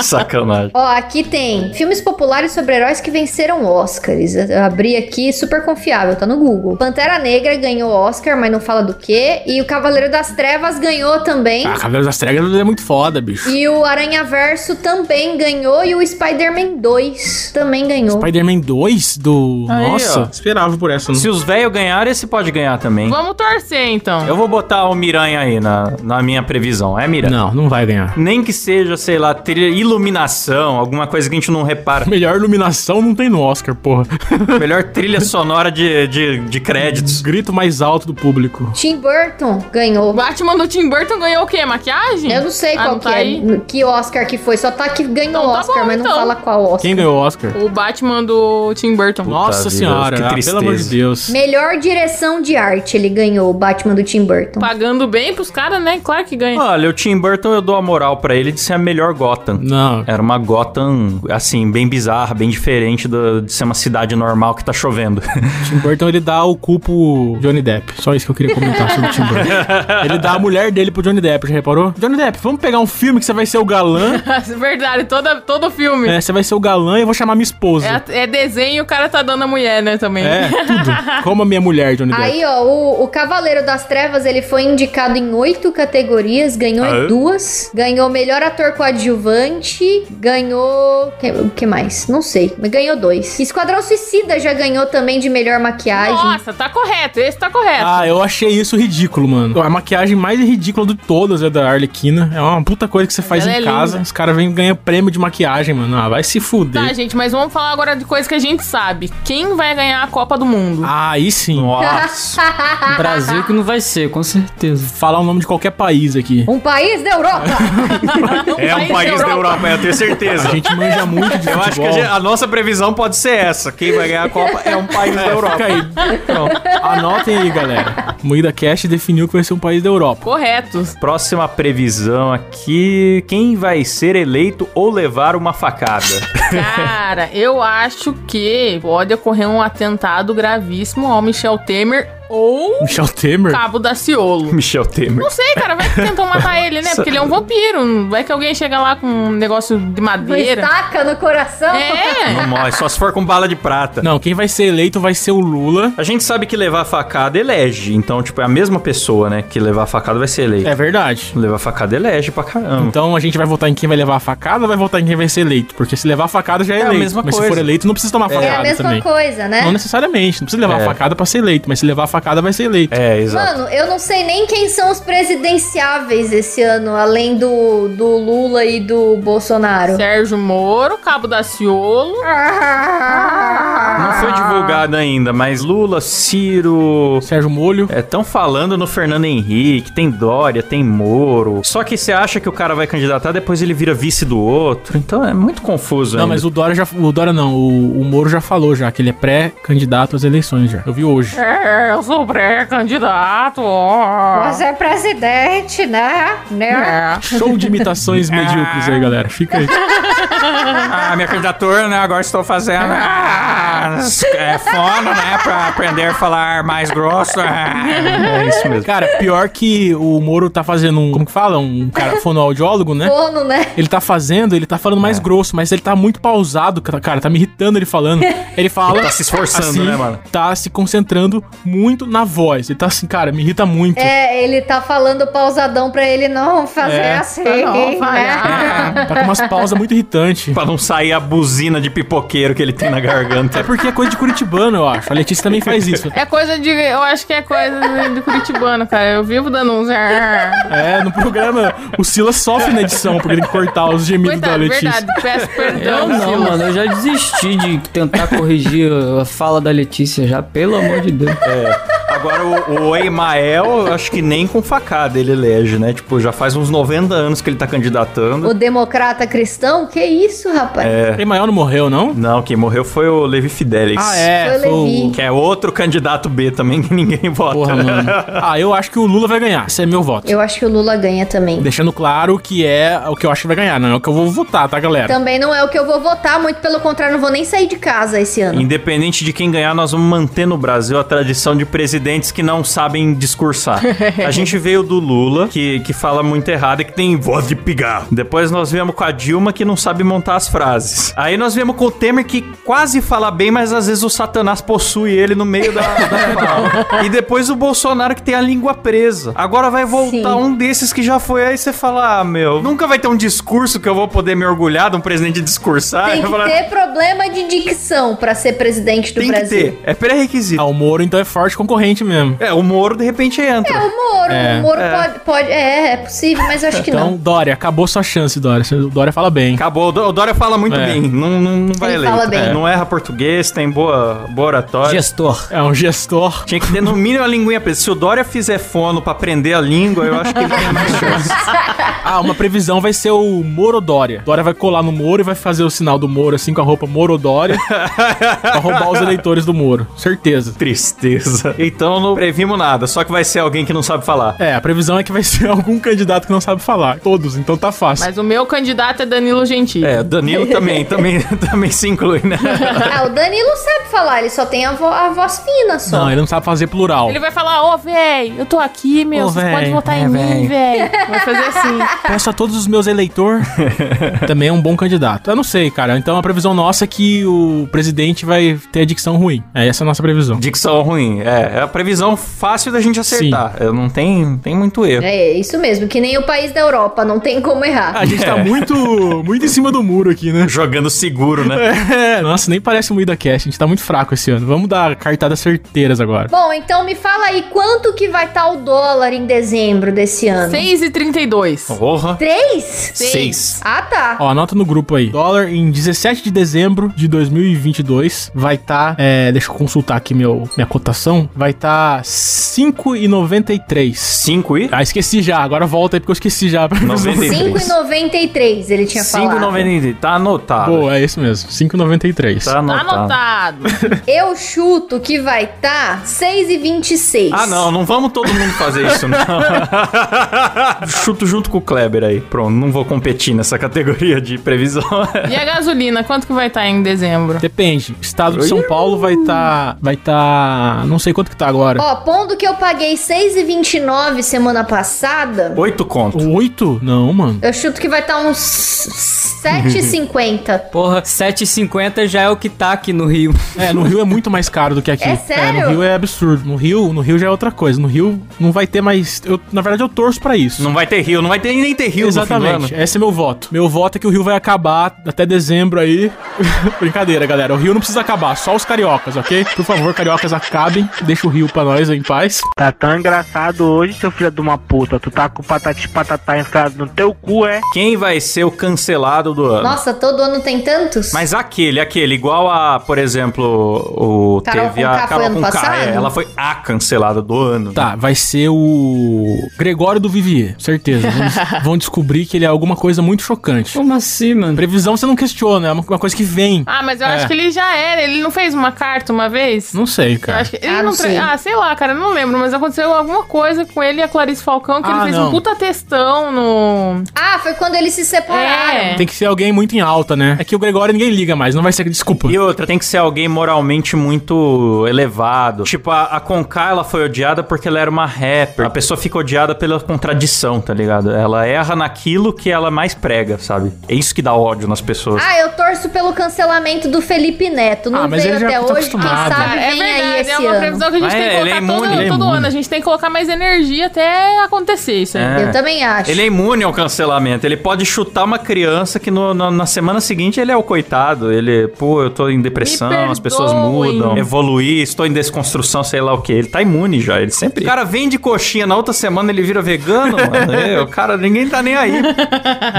Speaker 1: Sacanagem.
Speaker 5: Ó, aqui tem filmes populares sobre heróis que venceram Oscars. Eu abri aqui, super confiável, tá no Google. Pantera Negra ganhou Oscar, mas não fala do quê. E o Cavaleiro das Trevas ganhou também.
Speaker 4: ah, Cavaleiros das Trevas é muito foda, bicho.
Speaker 5: E o Aranha Verso também ganhou. E o Spider-Man 2 também ganhou.
Speaker 4: Spider-Man 2 do.
Speaker 1: Aí,
Speaker 4: Nossa,
Speaker 1: ó.
Speaker 4: esperava por essa, não.
Speaker 1: Se os velhos ganharem, esse pode ganhar também.
Speaker 3: Vamos torcer, então.
Speaker 1: Eu vou botar o Miranha aí na, na minha previsão. É Miranha?
Speaker 4: Não, não vai ganhar.
Speaker 1: Nem que seja, sei lá, ter iluminação, alguma coisa que a gente não repara.
Speaker 4: Melhor iluminação não tem no Oscar, porra.
Speaker 1: Melhor trilha sonora de, de, de créditos.
Speaker 4: Grito mais alto do público.
Speaker 5: Tim Burton ganhou.
Speaker 3: O Batman do Tim Burton ganhou o quê? Maquiagem?
Speaker 5: Eu não sei
Speaker 3: Ah,
Speaker 5: qual
Speaker 3: não
Speaker 5: que
Speaker 3: tá
Speaker 5: é,
Speaker 3: aí?
Speaker 5: que Oscar que foi. Só tá que ganhou
Speaker 3: Então tá
Speaker 5: Oscar,
Speaker 3: bom,
Speaker 5: mas não
Speaker 3: então.
Speaker 5: fala qual Oscar.
Speaker 4: Quem ganhou o Oscar?
Speaker 3: O Batman do Tim Burton.
Speaker 4: Nossa
Speaker 1: vida,
Speaker 4: senhora,
Speaker 1: que
Speaker 4: ah, pelo
Speaker 1: tristeza.
Speaker 4: amor de Deus.
Speaker 5: Melhor direção de arte ele ganhou, o Batman do Tim Burton.
Speaker 3: Pagando bem pros caras, né? Claro que ganha.
Speaker 1: Olha, o Tim Burton, eu dou a moral pra ele de ser a melhor Gotham.
Speaker 4: Não.
Speaker 1: Era uma Gotham, assim, bem bizarra, bem diferente do- de ser uma cidade normal que tá chovendo.
Speaker 4: Tim Burton ele dá o cu pro Johnny Depp. Só isso que eu queria comentar sobre o Tim Burton. Ele dá a mulher dele pro Johnny Depp, já reparou? Johnny Depp, vamos pegar um filme que você vai ser o galã.
Speaker 1: Ah.
Speaker 3: Verdade, toda, todo filme.
Speaker 4: É, você vai ser o galã e eu vou chamar minha esposa.
Speaker 3: É, é desenho e o cara tá dando a mulher, né, também.
Speaker 4: É, tudo. Como a minha mulher, Johnny Depp.
Speaker 5: Aí, ó, o, o Cavaleiro das Trevas, ele foi indicado em oito categorias, ganhou
Speaker 1: Ah, é?
Speaker 5: em duas, ganhou melhor ator coadjuvante, ganhou... que- O que, mais? Não sei, mas ganhou dois. Esquadrão Suicida já ganhou também de melhor maquiagem.
Speaker 3: Nossa, tá correto. Esse tá correto.
Speaker 4: Ah, eu achei isso ridículo, mano. A maquiagem mais ridícula de todas é da Arlequina. É uma puta coisa que você faz
Speaker 3: Ela
Speaker 4: em
Speaker 3: é
Speaker 4: casa.
Speaker 3: linda.
Speaker 4: Os caras vêm ganhar prêmio de maquiagem, mano. Ah, vai se fuder.
Speaker 3: Tá, gente, mas vamos falar agora de coisa que a gente sabe. Quem vai ganhar a Copa do Mundo?
Speaker 4: Ah, aí sim.
Speaker 1: Nossa.
Speaker 6: Brasil que não vai ser, com certeza.
Speaker 4: Falar o nome de qualquer país aqui.
Speaker 5: Um país da Europa!
Speaker 1: é um país da Europa, eu tenho certeza.
Speaker 4: A gente manja muito de futebol.
Speaker 1: Eu acho que a, gente- a nossa previsão pode ser essa. Quem vai ganhar a Copa é um país da Europa.
Speaker 4: Fica aí. Pronto. Anotem aí, galera. Moída Cast definiu que vai ser um país da Europa.
Speaker 3: Corretos.
Speaker 1: Próxima previsão aqui: quem vai ser eleito ou levar uma facada?
Speaker 3: Cara, eu acho que pode ocorrer um atentado gravíssimo ao Michel Temer ou
Speaker 4: Michel Temer?
Speaker 3: Cabo Daciolo.
Speaker 1: Michel Temer.
Speaker 3: Não sei, cara, vai que tentam matar ele, né? Porque ele é um vampiro. Vai que alguém chega lá com um negócio de
Speaker 5: Uma
Speaker 3: madeira.
Speaker 5: Um estaca no coração!
Speaker 3: É.
Speaker 1: Não morre, só se for com bala de prata.
Speaker 4: Não, quem vai ser eleito vai ser o Lula.
Speaker 1: A gente sabe que levar facada elege. Então, tipo, é a mesma pessoa, né? Que levar facada vai ser eleito.
Speaker 4: É verdade.
Speaker 1: Levar facada elege pra caramba.
Speaker 4: Então a gente vai votar em quem vai levar a facada ou vai votar em quem vai ser eleito? Porque se levar a facada já é,
Speaker 1: É a
Speaker 4: eleito.
Speaker 1: mesma
Speaker 4: mas se
Speaker 1: coisa.
Speaker 4: for eleito, não precisa tomar
Speaker 5: É,
Speaker 4: facada
Speaker 5: a mesma
Speaker 4: também.
Speaker 5: coisa, né?
Speaker 4: Não necessariamente, não precisa levar
Speaker 1: É.
Speaker 4: a facada pra ser eleito, mas se levar a facada vai ser eleito.
Speaker 1: É, exato.
Speaker 5: Mano, eu não sei nem quem são os presidenciáveis esse ano, além do, do Lula e
Speaker 3: É.
Speaker 5: do Bolsonaro.
Speaker 3: Sérgio Moro, Cabo Daciolo.
Speaker 1: Não foi divulgado ainda, mas Lula, Ciro.
Speaker 4: Sérgio Molho.
Speaker 1: Estão falando no Fernando Henrique, tem Dória, tem Moro. Só que você acha que o cara vai candidatar, depois ele vira vice do outro. Então é muito confuso
Speaker 4: Não,
Speaker 1: ainda.
Speaker 4: mas o Dória já. O Dória não, o, o Moro já falou já que ele é pré-candidato às eleições já. Eu vi hoje.
Speaker 3: É, eu sou pré-candidato.
Speaker 5: Você é presidente, né? Né?
Speaker 3: É.
Speaker 4: Show de imitações
Speaker 5: É.
Speaker 4: medíocres aí, galera. Fica aí.
Speaker 1: Ah, minha candidatura, né? Agora estou fazendo. Ah, é fono, né? Pra aprender a falar mais grosso. É isso mesmo.
Speaker 4: Cara, pior que o Moro tá fazendo um. Como que fala? Um cara fonoaudiólogo, né?
Speaker 5: Dono, né?
Speaker 4: Ele tá fazendo, ele tá falando
Speaker 1: É.
Speaker 4: mais grosso, mas ele tá muito pausado, cara, cara, tá me irritando ele falando. Ele fala.
Speaker 1: Ele tá se esforçando,
Speaker 4: assim,
Speaker 1: né, mano?
Speaker 4: Tá se concentrando muito na voz. Ele tá assim, cara, me irrita muito.
Speaker 5: É, ele tá falando pausadão pra ele não fazer
Speaker 4: É.
Speaker 5: assim,
Speaker 3: Pra Tá não
Speaker 5: né?
Speaker 3: falhar.
Speaker 4: Tá com umas pausas muito irritantes.
Speaker 1: Pra não sair a buzina de pipoqueiro que ele tem na garganta.
Speaker 4: É porque é coisa de curitibano, eu acho. A Letícia também faz isso.
Speaker 3: É coisa de. Eu acho que é coisa de- de curitibano, cara. Eu vivo dando uns.
Speaker 4: É, no programa, o Silas sofre na edição, porque ele tem que cortar os gemidos da
Speaker 3: Coitado,
Speaker 4: Letícia.
Speaker 3: verdade. Peço
Speaker 6: Eu
Speaker 3: perdão,
Speaker 6: não,
Speaker 3: Silas.
Speaker 6: mano, eu já desisti de tentar corrigir a fala da Letícia já, pelo amor de Deus.
Speaker 1: Agora, o, o Emael, eu acho que nem com facada ele elege, né? Tipo, já faz uns 90 anos que ele tá candidatando.
Speaker 5: O democrata cristão? Que isso, rapaz?
Speaker 1: É.
Speaker 4: Tem maior não morreu, não?
Speaker 1: Não, quem morreu foi o Levi Fidelis.
Speaker 4: Ah, é.
Speaker 5: Foi o Levi.
Speaker 4: Foi o...
Speaker 1: Que é outro candidato B também que ninguém vota. né?
Speaker 4: Porra, mano. Ah, eu acho que o Lula vai ganhar. Esse é meu voto.
Speaker 5: Eu acho que o Lula ganha também.
Speaker 4: Deixando claro que é o que eu acho que vai ganhar, não é o que eu vou votar, tá, galera?
Speaker 5: Também não é o que eu vou votar, muito pelo contrário, não vou nem sair de casa esse ano.
Speaker 1: Independente de quem ganhar, nós vamos manter no Brasil a tradição de presidentes que não sabem discursar. A gente veio do Lula, que, que fala muito errado e que tem voz de pigar. Depois nós viemos com a Dilma, que não sabe montar as frases. Aí nós viemos com o Temer, que quase fala bem, mas às vezes o Satanás possui ele no meio da, da fala. E depois o Bolsonaro, que tem a língua presa. Agora vai voltar
Speaker 5: Sim.
Speaker 1: um desses que já foi. Aí você fala, ah, meu, nunca vai ter um discurso que eu vou poder me orgulhar de um presidente discursar.
Speaker 5: Tem
Speaker 1: Eu falo,
Speaker 5: que ter problema de dicção pra ser presidente do
Speaker 1: tem que
Speaker 5: Brasil.
Speaker 1: ter. É pré-requisito.
Speaker 4: Ah, o Moro, então, é forte concorrente mesmo.
Speaker 1: É, o Moro de repente entra.
Speaker 5: É o Moro,
Speaker 4: É,
Speaker 5: o Moro
Speaker 1: é.
Speaker 5: pode, pode. É, é possível, mas eu acho que
Speaker 4: Então,
Speaker 5: não.
Speaker 4: Dória, acabou sua chance, Dória. O Dória fala bem.
Speaker 1: Acabou, o Dó- o Dória fala muito
Speaker 4: É.
Speaker 1: bem, não, não, não vai
Speaker 5: Ele
Speaker 1: eleito.
Speaker 5: fala bem.
Speaker 1: É, Não erra português, tem boa, boa oratória.
Speaker 6: Gestor.
Speaker 4: É um gestor.
Speaker 1: Tinha que ter no mínimo a linguinha presa. Se o Dória fizer fono pra aprender a língua, eu acho que ele tem mais chance.
Speaker 4: Ah, uma previsão vai ser o Moro Dória. Dória vai colar no Moro e vai fazer o sinal do Moro, assim, com a roupa Moro Dória, pra roubar os eleitores do Moro. Certeza.
Speaker 1: Tristeza. Então não previmos nada, só que vai ser alguém que não sabe falar.
Speaker 4: É, a previsão é que vai ser algum candidato que não sabe falar. Todos, então tá fácil.
Speaker 3: Mas o meu candidato é Danilo Gentili.
Speaker 1: É, Danilo também, também, também se inclui, né?
Speaker 5: Ah, o Danilo sabe falar, ele só tem a, vo- a voz fina só.
Speaker 4: Não, ele não sabe fazer plural.
Speaker 3: Ele vai falar, ô, véi, eu tô aqui, meu,
Speaker 4: Ô,
Speaker 3: vocês
Speaker 4: véi,
Speaker 3: podem votar
Speaker 4: é,
Speaker 3: em
Speaker 4: véi."
Speaker 3: mim, véi. Vai fazer assim.
Speaker 4: Peço a todos os meus eleitores. Também é um bom candidato. Eu não sei, cara. Então a previsão nossa é que o presidente vai ter a dicção ruim. É essa a nossa previsão.
Speaker 1: Dicção ruim. É, é a previsão fácil da gente acertar. É, não tem, tem muito erro.
Speaker 5: É isso mesmo, que nem o país da Europa, não tem como
Speaker 1: Ah,
Speaker 5: errar.
Speaker 4: A gente tá muito, muito em cima do muro aqui, né?
Speaker 1: Jogando seguro, né?
Speaker 4: É, nossa, nem parece um Ida Cast. A gente tá muito fraco esse ano. Vamos dar cartadas certeiras agora.
Speaker 5: Bom, então me fala aí quanto que vai estar o dólar em dezembro desse ano?
Speaker 3: 6h32.
Speaker 1: Porra.
Speaker 5: Três?
Speaker 1: Seis.
Speaker 5: Ah, tá.
Speaker 4: Ó, anota no grupo aí. Dólar em 17 de dezembro de 2022 vai tá, é, deixa eu consultar aqui meu, minha cotação, vai tá 5,93.
Speaker 1: Cinco e?
Speaker 4: Ah, esqueci já. Agora volta aí porque eu esqueci já.
Speaker 1: Noventa e três.
Speaker 5: 5,93 ele tinha falado.
Speaker 1: 5,90. Tá anotado.
Speaker 4: Boa, é isso mesmo. 5,93.
Speaker 1: Tá
Speaker 3: Tá
Speaker 1: anotado.
Speaker 3: anotado.
Speaker 5: Eu chuto que vai estar tá 6,26.
Speaker 1: Ah, não, não vamos todo mundo fazer isso, não. Chuto junto com o Kleber aí. Pronto, não vou competir nessa categoria de previsão.
Speaker 3: E a gasolina, quanto que vai estar em dezembro?
Speaker 4: Depende. Estado de São Paulo vai tá. Vai tá. Não sei quanto que tá agora.
Speaker 5: Ó, pondo que eu paguei 6,29 semana passada,
Speaker 1: Oito conto.
Speaker 4: Oito? Não, mano.
Speaker 5: eu chuto que vai estar uns 7,50.
Speaker 1: Tá.
Speaker 6: Porra, 7,50 já é o que tá aqui no Rio.
Speaker 4: É, no Rio é muito mais caro do que aqui.
Speaker 5: É sério?
Speaker 4: no Rio é absurdo. No Rio, no Rio já é outra coisa. No Rio não vai ter mais. Eu, na verdade, eu torço pra isso.
Speaker 1: Não vai ter rio, não vai ter nem ter rio né? no fim
Speaker 4: Exatamente.
Speaker 1: do ano.
Speaker 4: Esse é meu voto. Meu voto é que o Rio vai acabar até dezembro aí. Brincadeira, galera. O Rio não precisa acabar, só os cariocas, ok? Por favor, cariocas acabem. Deixa o rio pra nós em paz.
Speaker 8: Tá tão engraçado hoje, seu filho de uma puta. Tu tá com patati patatá enfiado no teu cu, é?
Speaker 1: Quem vai ser o cancelado do ano?
Speaker 5: Nossa, todo ano tem tantos?
Speaker 1: Mas aquele, aquele, igual a, por exemplo, o
Speaker 5: Carol
Speaker 1: teve
Speaker 5: Conká
Speaker 1: a
Speaker 5: foi
Speaker 1: Carol
Speaker 5: ano
Speaker 1: Conká,
Speaker 5: passado?
Speaker 1: é, ela foi a cancelada do ano.
Speaker 3: Né?
Speaker 4: Tá, vai ser o Gregório do Vivier, certeza. Vão, vão descobrir que ele é alguma coisa muito chocante.
Speaker 6: Como assim, mano?
Speaker 4: Previsão você não questiona, é uma, uma coisa que vem.
Speaker 3: Ah, mas eu acho
Speaker 4: É.
Speaker 3: que ele já era. Ele não fez uma carta uma vez?
Speaker 4: Não sei,
Speaker 3: Eu
Speaker 4: cara.
Speaker 3: acho que ele
Speaker 5: Ah,
Speaker 3: não
Speaker 5: não
Speaker 3: tra-
Speaker 5: sei.
Speaker 3: Ah, sei lá, cara, eu não lembro, mas aconteceu alguma coisa com ele e a Clarice Falcão que
Speaker 4: Ah,
Speaker 3: ele fez
Speaker 4: não.
Speaker 3: um puta textão no.
Speaker 5: Ah, foi quando eles se separaram.
Speaker 3: É.
Speaker 4: Tem que ser alguém muito em alta, né? É que o Gregório ninguém liga mais, não vai ser desculpa.
Speaker 1: E outra, tem que ser alguém moralmente muito elevado. Tipo, a, a Conká, ela foi odiada porque ela era uma rapper. A pessoa fica odiada pela contradição, tá ligado? Ela erra naquilo que ela mais prega, sabe? É isso que dá ódio nas pessoas.
Speaker 5: Ah, eu torço pelo cancelamento do Felipe Neto. Não
Speaker 4: Ah, mas
Speaker 5: veio
Speaker 4: ele já
Speaker 5: até
Speaker 4: tá
Speaker 5: hoje, quem
Speaker 4: acostumado.
Speaker 5: sabe
Speaker 3: Cara, é
Speaker 5: Ah, vem aí
Speaker 3: verdade,
Speaker 5: esse
Speaker 3: é uma
Speaker 5: ano.
Speaker 3: previsão que a gente
Speaker 1: Mas
Speaker 3: tem que
Speaker 1: ele é
Speaker 3: colocar todo,
Speaker 1: imune, ele é
Speaker 3: todo
Speaker 1: imune.
Speaker 3: ano. A gente tem que colocar mais energia até acontecer isso aí.
Speaker 1: É.
Speaker 5: Eu também acho.
Speaker 1: Ele é imune ao cancelamento. Ele pode chutar uma criança que no- na- na semana seguinte ele é o coitado. Ele, pô, eu tô em depressão, as pessoas
Speaker 3: perdoem.
Speaker 1: mudam, evoluí, estou em desconstrução, sei lá o que. Ele tá imune já, ele sempre. O cara vende coxinha, na outra semana ele vira vegano, mano. É, o cara, ninguém tá nem aí.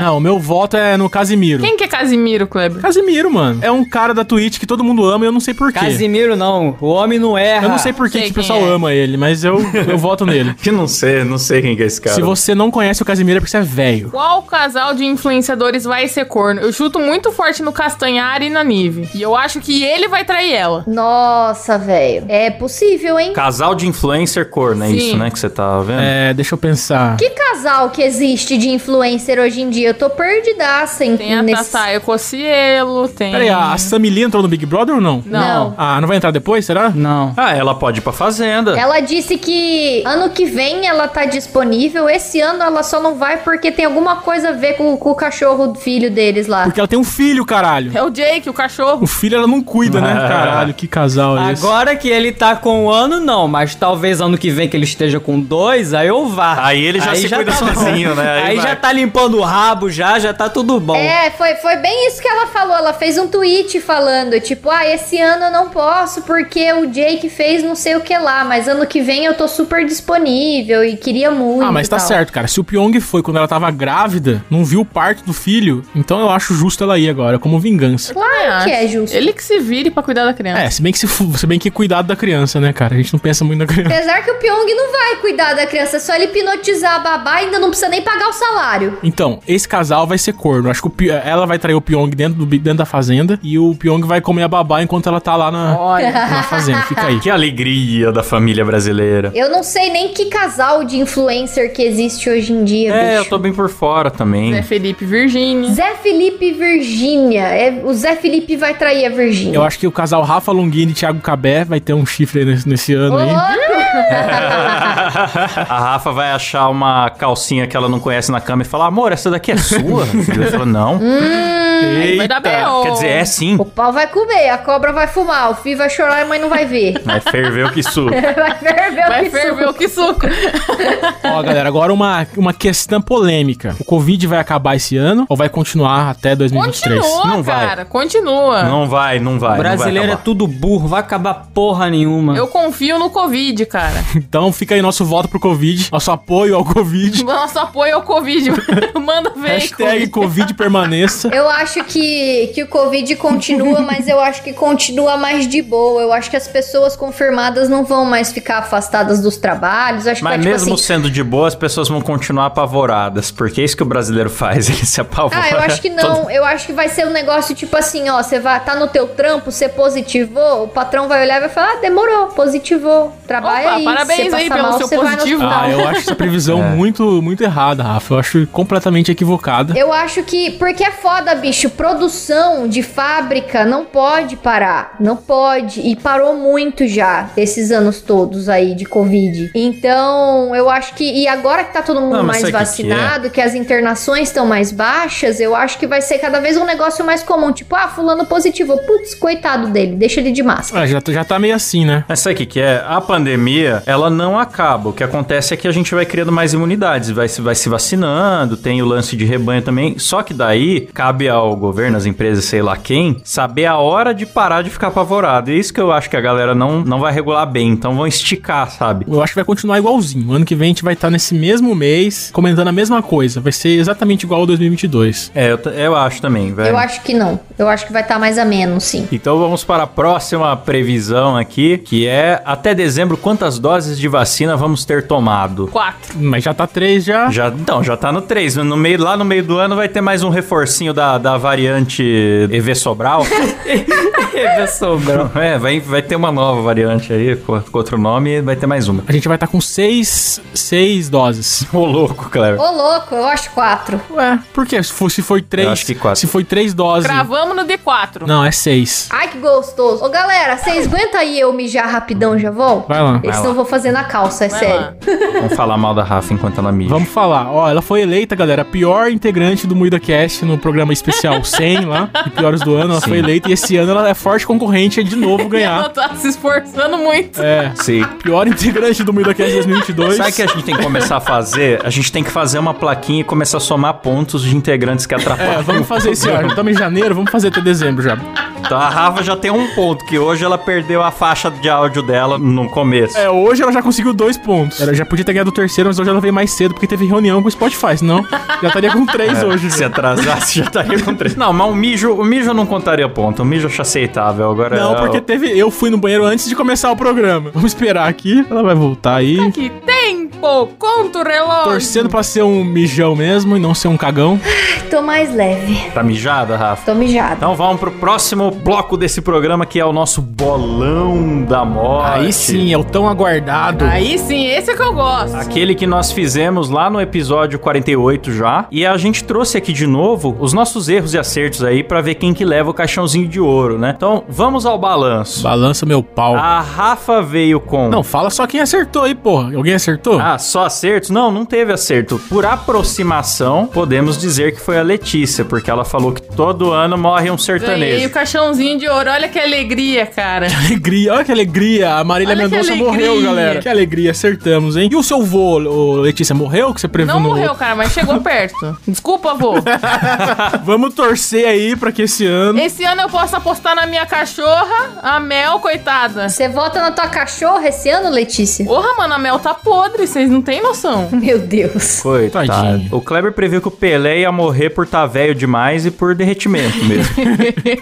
Speaker 4: Não, meu voto é no Casimiro.
Speaker 3: Quem que é Casimiro, Kleber?
Speaker 4: Casimiro, mano. É um cara da Twitch que todo mundo ama e eu não sei porquê.
Speaker 6: Casimiro não, o homem não erra.
Speaker 4: Eu não sei por que
Speaker 3: Sei
Speaker 4: que o
Speaker 3: quem
Speaker 4: pessoal
Speaker 3: é.
Speaker 4: ama ele, mas eu, eu voto nele.
Speaker 1: Que não sei, não sei quem que é esse cara.
Speaker 4: Se você não conhece o Casimiro é porque você é velho.
Speaker 3: Qual casal de influenciadores vai ser corno? Eu chuto muito forte no Castanhari e na Nive. E eu acho que ele vai trair ela.
Speaker 5: Nossa, velho. É possível, hein?
Speaker 1: Casal de influencer corno, é
Speaker 3: Sim.
Speaker 1: isso, né? Que você tá vendo?
Speaker 4: É, deixa eu pensar.
Speaker 5: Que casal que existe de influencer hoje em dia? Eu tô perdidaça em
Speaker 3: Tem a
Speaker 5: nesse...
Speaker 3: Tatá Ecocielo, tem...
Speaker 4: Peraí, a a Samili entrou no Big Brother ou não?
Speaker 3: é? Não.
Speaker 5: Não.
Speaker 4: Ah, não vai entrar depois, será?
Speaker 6: Não.
Speaker 1: Ah, ela pode ir pra fazenda.
Speaker 5: Ela disse que ano que vem ela tá disponível. Esse ano ela só não vai porque tem alguma coisa a ver com, com o cachorro do filho deles lá.
Speaker 4: Porque ela tem um filho, caralho.
Speaker 3: É o Jake, o cachorro.
Speaker 4: O filho ela não cuida, né? Caralho, que casal é esse?
Speaker 6: Agora que ele tá com um ano, não, mas talvez ano que vem que ele esteja com dois, aí eu vá.
Speaker 1: Aí ele já se cuida
Speaker 6: bom.
Speaker 1: sozinho, né? Aí
Speaker 6: Aí,
Speaker 1: vai.
Speaker 6: já tá limpando o rabo, já, já tá tudo bom.
Speaker 5: É, foi, foi bem isso que ela falou. Ela fez um tweet falando, tipo, ah, esse ano eu não posso porque o Jake fez não sei o que lá, mas ano que vem eu tô super disponível e queria muito.
Speaker 4: Ah, mas
Speaker 5: e
Speaker 4: tá
Speaker 5: tal."
Speaker 4: certo, cara. Se o Pyong foi quando ela tava grávida, não viu o parto do filho, então eu acho justo ela ir agora, como vingança.
Speaker 5: Claro que é justo.
Speaker 3: Ele que se vire pra cuidar da criança.
Speaker 4: É, se bem que se, fu- se bem que cuidado da criança, né, cara? A gente não pensa muito na criança.
Speaker 5: Apesar que o Pyong não vai cuidar da criança, é só ele hipnotizar a babá ainda não precisa nem pagar o salário.
Speaker 4: Então, esse casal vai ser corno. Acho que o Pi- ela vai trair o Pyong dentro, do, bi- dentro da fazenda e o Pyong vai comer a babá enquanto ela tá lá na,
Speaker 3: Olha,
Speaker 4: na fazenda. Fica aí.
Speaker 1: Que alegria da família brasileira.
Speaker 5: Eu não sei nem que casal de influencer que existe hoje em dia,
Speaker 1: É, eu
Speaker 5: bicho.
Speaker 1: tô bem por fora também.
Speaker 3: Zé né, Felipe Virgínia.
Speaker 5: Zé Felipe e Virgínia. É, o Zé Felipe vai trair a Virgínia.
Speaker 4: Eu acho que o casal Rafa Longini e Thiago Cabé vai ter um chifre aí nesse, nesse ano
Speaker 5: Ô,
Speaker 4: aí.
Speaker 5: louco!
Speaker 1: A Rafa vai achar uma calcinha que ela não conhece na cama e falar, amor, essa daqui é sua? Ele falou, não.
Speaker 3: Vai dar B.O.
Speaker 1: Quer dizer, é sim.
Speaker 5: o pau vai comer, a cobra vai fumar, o filho vai chorar e a mãe não vai ver.
Speaker 1: Vai ferver o né? que isso.
Speaker 5: Vai ferver o
Speaker 3: Vai
Speaker 5: que
Speaker 3: ferver o que suco.
Speaker 4: Ó, galera, agora uma, uma questão polêmica. O Covid vai acabar esse ano ou vai continuar até 2023?
Speaker 3: Continua,
Speaker 1: Não vai.
Speaker 3: cara. Continua.
Speaker 1: Não vai, não vai. não vai
Speaker 6: Brasileiro é
Speaker 1: acabar.
Speaker 6: tudo burro, vai acabar porra nenhuma.
Speaker 3: Eu confio no Covid, cara.
Speaker 4: Então fica aí nosso voto pro Covid, nosso apoio ao Covid.
Speaker 3: Nosso apoio ao Covid. Manda ver.
Speaker 4: Hashtag Covid permaneça.
Speaker 5: Eu acho que, que o Covid continua, mas eu acho que continua mais de boa. Eu acho que as pessoas confirmadas não vão mais ficar afastadas dos trabalhos. Acho que vai,
Speaker 1: Mas
Speaker 5: tipo
Speaker 1: mesmo
Speaker 5: assim.
Speaker 1: sendo de boa, as pessoas vão continuar apavoradas. Porque é isso que o brasileiro faz, ele se apavora.
Speaker 5: Ah, eu acho que não. Eu acho que vai ser um negócio tipo assim, ó, você vai tá no teu trampo, você positivou, o patrão vai olhar e vai falar, ah, demorou, positivou, trabalha
Speaker 3: Opa,
Speaker 5: aí.
Speaker 3: parabéns
Speaker 5: se você
Speaker 3: aí
Speaker 5: passar
Speaker 3: pelo
Speaker 5: mal,
Speaker 3: seu
Speaker 5: você vai no
Speaker 3: positivo.
Speaker 5: hospital.
Speaker 4: Ah, eu acho essa previsão muito, muito errada, Rafa. Eu acho completamente equivocada.
Speaker 5: Eu acho que. Porque é foda, bicho. Produção de fábrica não pode parar. Não pode. E parou muito já esses anos todos aí de Covid. Então, eu acho que. E agora que tá todo mundo
Speaker 1: Não, mas
Speaker 5: mais
Speaker 1: sabe o que é?
Speaker 5: vacinado, que, as internações estão mais baixas, eu acho que vai ser cada vez um negócio mais comum. Tipo, ah, fulano positivo. Putz, coitado dele. Deixa ele de máscara.
Speaker 4: Ah, já, tá- já tá meio assim, né?
Speaker 1: Mas sabe o que, que é? A pandemia, ela não acaba. O que acontece é que a gente vai criando mais imunidades, vai, se- vai se vacinando, tem o lance de rebanho também. Só que daí cabe ao, federal, o governo, as empresas, sei lá quem, saber a hora de parar de ficar apavorado. E é isso que eu acho que a galera não, não vai regular bem, então vão esticar, sabe?
Speaker 4: Eu acho que vai continuar igualzinho. Ano que vem a gente vai estar nesse mesmo mês comentando a mesma coisa. Vai ser exatamente igual ao 2022.
Speaker 1: É, eu, t- eu acho também, velho.
Speaker 5: Eu acho que não. Eu acho que vai estar mais ameno, sim.
Speaker 1: Então vamos para a próxima previsão aqui, que é até dezembro quantas doses de vacina vamos ter tomado.
Speaker 3: Quatro.
Speaker 4: Mas já tá três já.
Speaker 1: Já, então, já tá no 3. No meio, lá no meio do ano vai ter mais um reforcinho da, da variante EV Sobral. é, vai, vai ter uma nova variante aí, com com outro nome, vai ter mais uma.
Speaker 4: A gente vai estar com seis, seis doses.
Speaker 1: Ô louco, Cleber.
Speaker 5: Ô, louco, eu acho quatro.
Speaker 4: Ué, por quê? Se, for, se foi três.
Speaker 1: Eu acho que quatro.
Speaker 4: Se foi três doses.
Speaker 3: Cravamos no D4.
Speaker 4: Não, é seis.
Speaker 5: Ai, que gostoso. Ô, galera, vocês aguentam aí eu mijar rapidão, já volto?
Speaker 4: Vai lá.
Speaker 1: Vai
Speaker 5: Eles
Speaker 1: lá.
Speaker 5: não vou fazer na calça, é
Speaker 3: Vai
Speaker 5: sério.
Speaker 3: lá.
Speaker 1: Vamos falar mal da Rafa enquanto ela mija.
Speaker 4: Vamos falar. Ó, ela foi eleita, galera, a pior integrante do Moída Cast no programa especial 100 lá, de piores do ano. Ela foi eleita e esse ano ela é forte concorrente de novo
Speaker 3: Ela
Speaker 4: ganhar.
Speaker 3: tá se esforçando muito.
Speaker 4: É,
Speaker 1: Sim.
Speaker 4: pior integrante do Moída Cast 2022.
Speaker 1: Sabe o que a gente tem que começar a fazer? A gente tem que fazer uma plaquinha e começar a somar pontos de integrantes que atrapalham.
Speaker 4: É, vamos fazer esse ano. Estamos em janeiro, vamos fazer até dezembro já.
Speaker 1: Então a Rafa já tem um ponto, que hoje ela perdeu a faixa de áudio dela no começo.
Speaker 4: É, hoje ela já conseguiu dois pontos. Ela já podia ter ganhado o terceiro, mas hoje ela veio mais cedo porque teve reunião com o Spotify, senão já estaria com três hoje.
Speaker 1: É. Se
Speaker 4: já.
Speaker 1: atrasasse, já estaria com três. Não, mas o mijo, o mijo eu não contaria ponto. O mijo eu acho aceitável. Agora
Speaker 4: Não,
Speaker 1: é
Speaker 4: porque
Speaker 1: o-
Speaker 4: teve. Eu fui no banheiro antes de começar o programa. Vamos esperar aqui. Ela vai voltar aí.
Speaker 3: Que tempo! Conta o relógio!
Speaker 4: Torcendo pra ser um mijão mesmo e não ser um cagão.
Speaker 5: Tô mais leve.
Speaker 1: Tá mijada, Rafa?
Speaker 5: Tô mijada.
Speaker 1: Então vamos pro próximo bloco desse programa, que é o nosso bolão da morte.
Speaker 4: Aí sim, é o tão aguardado.
Speaker 3: Aí sim, esse é que eu gosto.
Speaker 1: Aquele que nós fizemos lá no episódio 48 já. E a gente trouxe aqui de novo os nossos erros e acertos aí pra ver quem que leva o caixãozinho de ouro, né? Então, vamos ao balanço.
Speaker 4: Balança meu pau.
Speaker 1: A Rafa veio com...
Speaker 4: Não, fala só quem acertou aí, porra. Alguém acertou?
Speaker 1: Ah, só acertos? Não, não teve acerto. Por aproximação, podemos dizer que foi a Letícia, porque ela falou que todo ano morre um
Speaker 3: Ganhei o
Speaker 1: sertanejo.
Speaker 3: caixãozinho de ouro. Olha que alegria, cara.
Speaker 4: Alegria, olha que alegria. A Marília
Speaker 3: Olha que
Speaker 4: Mendonça
Speaker 3: alegria.
Speaker 4: morreu, galera. Que alegria, acertamos, hein? E o seu vô, ô, Letícia, morreu? Que você previu
Speaker 3: Não
Speaker 4: no
Speaker 3: morreu, cara, mas chegou perto. Desculpa, avô.
Speaker 4: Vamos torcer aí pra que esse ano.
Speaker 3: Esse ano eu posso apostar na minha cachorra, a Mel, coitada.
Speaker 5: Você vota na tua cachorra esse ano, Letícia?
Speaker 3: Porra, mano, a Mel tá podre, vocês não têm noção.
Speaker 5: Meu Deus.
Speaker 1: Coitado.
Speaker 4: Tadinho.
Speaker 1: O Kleber previu que o Pelé ia morrer por estar velho demais e por derretimento mesmo.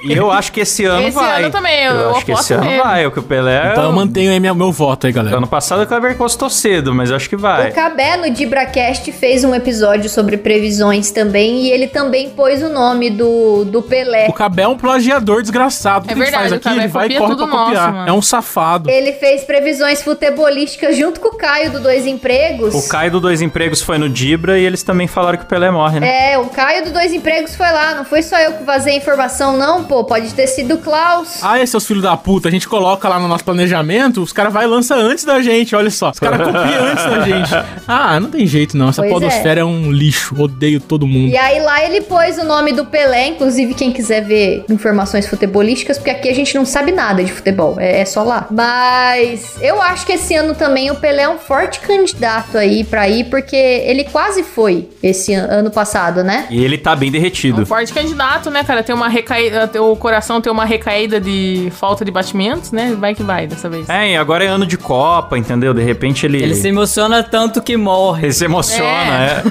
Speaker 1: e eu acho que esse ano
Speaker 3: Esse
Speaker 1: vai.
Speaker 3: ano também, eu-
Speaker 1: eu,
Speaker 3: eu
Speaker 1: acho que esse
Speaker 3: aposto
Speaker 1: ano
Speaker 3: nele.
Speaker 1: vai, o que o
Speaker 3: É.
Speaker 1: Pelé.
Speaker 4: Então eu mantenho aí minha- meu voto aí, galera.
Speaker 1: Ano passado o Kleber encostou cedo, mas acho que
Speaker 5: O
Speaker 1: vai.
Speaker 5: Cabé no Dibracast fez um episódio sobre previsões também e ele também pôs o nome do, do Pelé.
Speaker 4: O Cabé é um plagiador desgraçado. Tudo
Speaker 3: É
Speaker 4: que ele
Speaker 3: verdade,
Speaker 4: faz
Speaker 3: o
Speaker 4: aqui,
Speaker 3: Cabé
Speaker 4: ele vai e
Speaker 3: copia
Speaker 4: corre pra
Speaker 3: tudo
Speaker 4: copiar.
Speaker 3: nosso, mano.
Speaker 4: é um safado.
Speaker 5: Ele fez previsões futebolísticas junto com o Caio do Dois Empregos.
Speaker 1: O Caio do Dois Empregos foi no Dibra e eles também falaram que o Pelé morre, né?
Speaker 5: É, o Caio do Dois Empregos foi lá. Não foi só eu que vazei a informação, não, pô. Pode ter sido o Klaus.
Speaker 4: Ah, seus filhos da puta, a gente coloca lá no nosso planejamento, os caras vai e lança antes da gente, olha só. Os caras copiam antes da gente. Ah, não tem jeito não, essa
Speaker 5: Pois é.
Speaker 4: podosfera é. um lixo, odeio todo mundo.
Speaker 5: E aí lá ele pôs o nome do Pelé, inclusive quem quiser ver informações futebolísticas, porque aqui a gente não sabe nada de futebol, é, é só lá. Mas eu acho que esse ano também o Pelé é um forte candidato aí pra ir, porque ele quase foi esse an- ano passado, né?
Speaker 3: É.
Speaker 1: E ele tá bem derretido.
Speaker 3: Um forte candidato, né, cara? Tem uma recaída. tem- O coração tem uma recaída de falta de batimentos, né? Vai que vai dessa vez.
Speaker 1: É, e agora é ano de Copa, entendeu? De repente ele.
Speaker 6: Ele se emociona tanto que morre.
Speaker 1: Ele se emociona, é.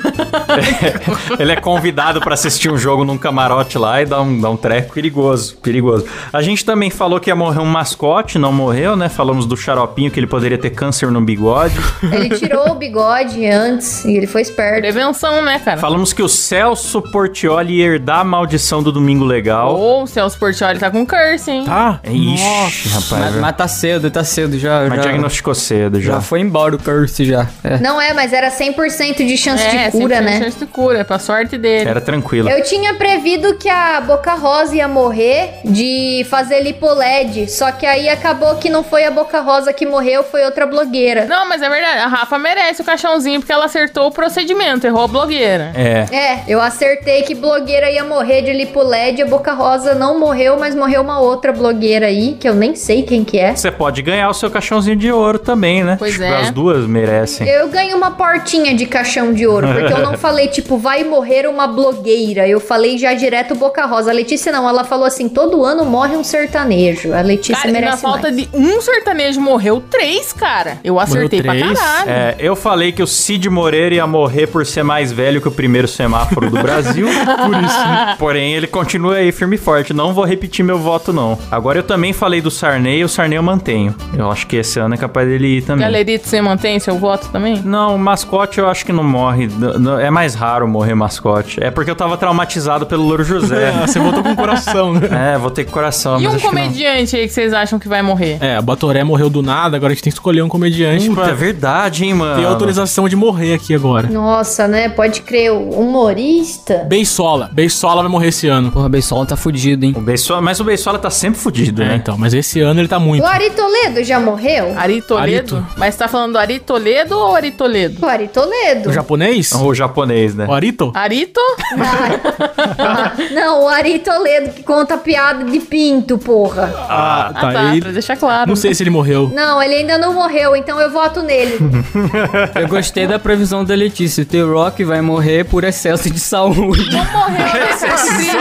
Speaker 1: Ele é convidado pra assistir um jogo num camarote lá e dá um, dá um treco perigoso, perigoso. A gente também falou que ia morrer um mascote, não morreu, né? Falamos do xaropinho que ele poderia ter câncer no bigode.
Speaker 5: Ele tirou o bigode antes e ele foi esperto.
Speaker 3: Prevenção, né, cara?
Speaker 1: Falamos que o Celso Portioli ia herdar a maldição do Domingo Legal. É,
Speaker 3: Ou o Celso Portioli tá com curse, hein?
Speaker 4: Tá?
Speaker 1: Ixi, rapaz.
Speaker 6: Mas,
Speaker 1: Mas,
Speaker 6: mas tá cedo, tá cedo já. já,
Speaker 1: diagnosticou cedo já.
Speaker 6: já foi embora o curse já. É.
Speaker 5: Não é, mas era 100% de chance
Speaker 3: É,
Speaker 5: de cura,
Speaker 3: 100%
Speaker 5: né?
Speaker 3: chance de cura, pra sorte dele.
Speaker 1: Era tranquilo.
Speaker 5: Eu tinha prevido que a Boca Rosa ia morrer de fazer lipoled, só que aí acabou que não foi a Boca Rosa que morreu, foi outra blogueira.
Speaker 3: Não, mas é verdade, a Rafa merece o caixãozinho porque ela acertou o procedimento, errou a blogueira.
Speaker 1: É.
Speaker 5: É, eu acertei que blogueira ia morrer de lipolédia, Boca Rosa não morreu, mas morreu uma outra blogueira aí, que eu nem sei quem que é.
Speaker 1: Você pode ganhar o seu caixãozinho de ouro também, né?
Speaker 3: Pois
Speaker 1: Tipo,
Speaker 3: é.
Speaker 1: As duas merecem.
Speaker 5: Eu ganhei uma portinha de caixão de ouro, porque eu não falei, tipo, vai morrer uma blogueira. Eu falei já direto Boca Rosa. A Letícia não, ela falou assim: todo ano morre um sertanejo. A Letícia
Speaker 3: Cara, e
Speaker 5: merece.
Speaker 3: na falta
Speaker 5: mais.
Speaker 3: de um sertanejo morreu três, cara. Eu acertei pra
Speaker 4: três?
Speaker 3: caralho.
Speaker 1: É, eu falei que o Cid Moreira ia morrer por ser mais velho que o primeiro semáforo do Brasil, por isso. né? Porém, ele continua aí firme e forte. Não vou repetir meu voto, não. Agora eu também falei do Sarney, o Sarney eu mantenho. Eu acho que esse ano é capaz dele ir também.
Speaker 3: Galerito, você mantém seu voto também?
Speaker 1: Não, o mascote eu acho que não morre. N- n- É mais raro morrer mascote. É porque eu tava traumatizado pelo Louro José.
Speaker 4: Você voltou com o coração, né?
Speaker 1: é, vou ter coração.
Speaker 3: E
Speaker 1: mas
Speaker 3: um
Speaker 1: acho que não.
Speaker 3: comediante aí que vocês acham que vai morrer?
Speaker 4: É, a Batoré morreu do nada, agora a gente tem que escolher um comediante
Speaker 1: Puta, é
Speaker 4: pra
Speaker 1: verdade, hein, mano.
Speaker 4: ter autorização de morrer aqui agora.
Speaker 5: Nossa, né? Pode crer, o humorista.
Speaker 4: Beisola. Beisola vai morrer esse ano.
Speaker 6: Porra, Beisola tá fudido, hein?
Speaker 1: O Beisola, mas o Beisola tá sempre fudido,
Speaker 4: É,
Speaker 1: né?
Speaker 4: então, mas esse ano ele tá muito.
Speaker 5: O Ari Toledo já morreu?
Speaker 3: Ari Toledo?
Speaker 4: Arito.
Speaker 3: Mas tá falando Ari Toledo ou Ari Toledo?
Speaker 5: O Ari Toledo.
Speaker 4: O japonês?
Speaker 1: O japonês, né?
Speaker 4: O Arito?
Speaker 3: Arito?
Speaker 5: Ah, não, o Ari Toledo que conta piada de pinto, porra.
Speaker 4: Ah,
Speaker 3: Ah, tá, pra deixar claro.
Speaker 4: Não sei se ele morreu.
Speaker 5: Não, ele ainda não morreu, então eu voto nele.
Speaker 6: Eu gostei da previsão da Letícia. O The Rock vai morrer por excesso de saúde.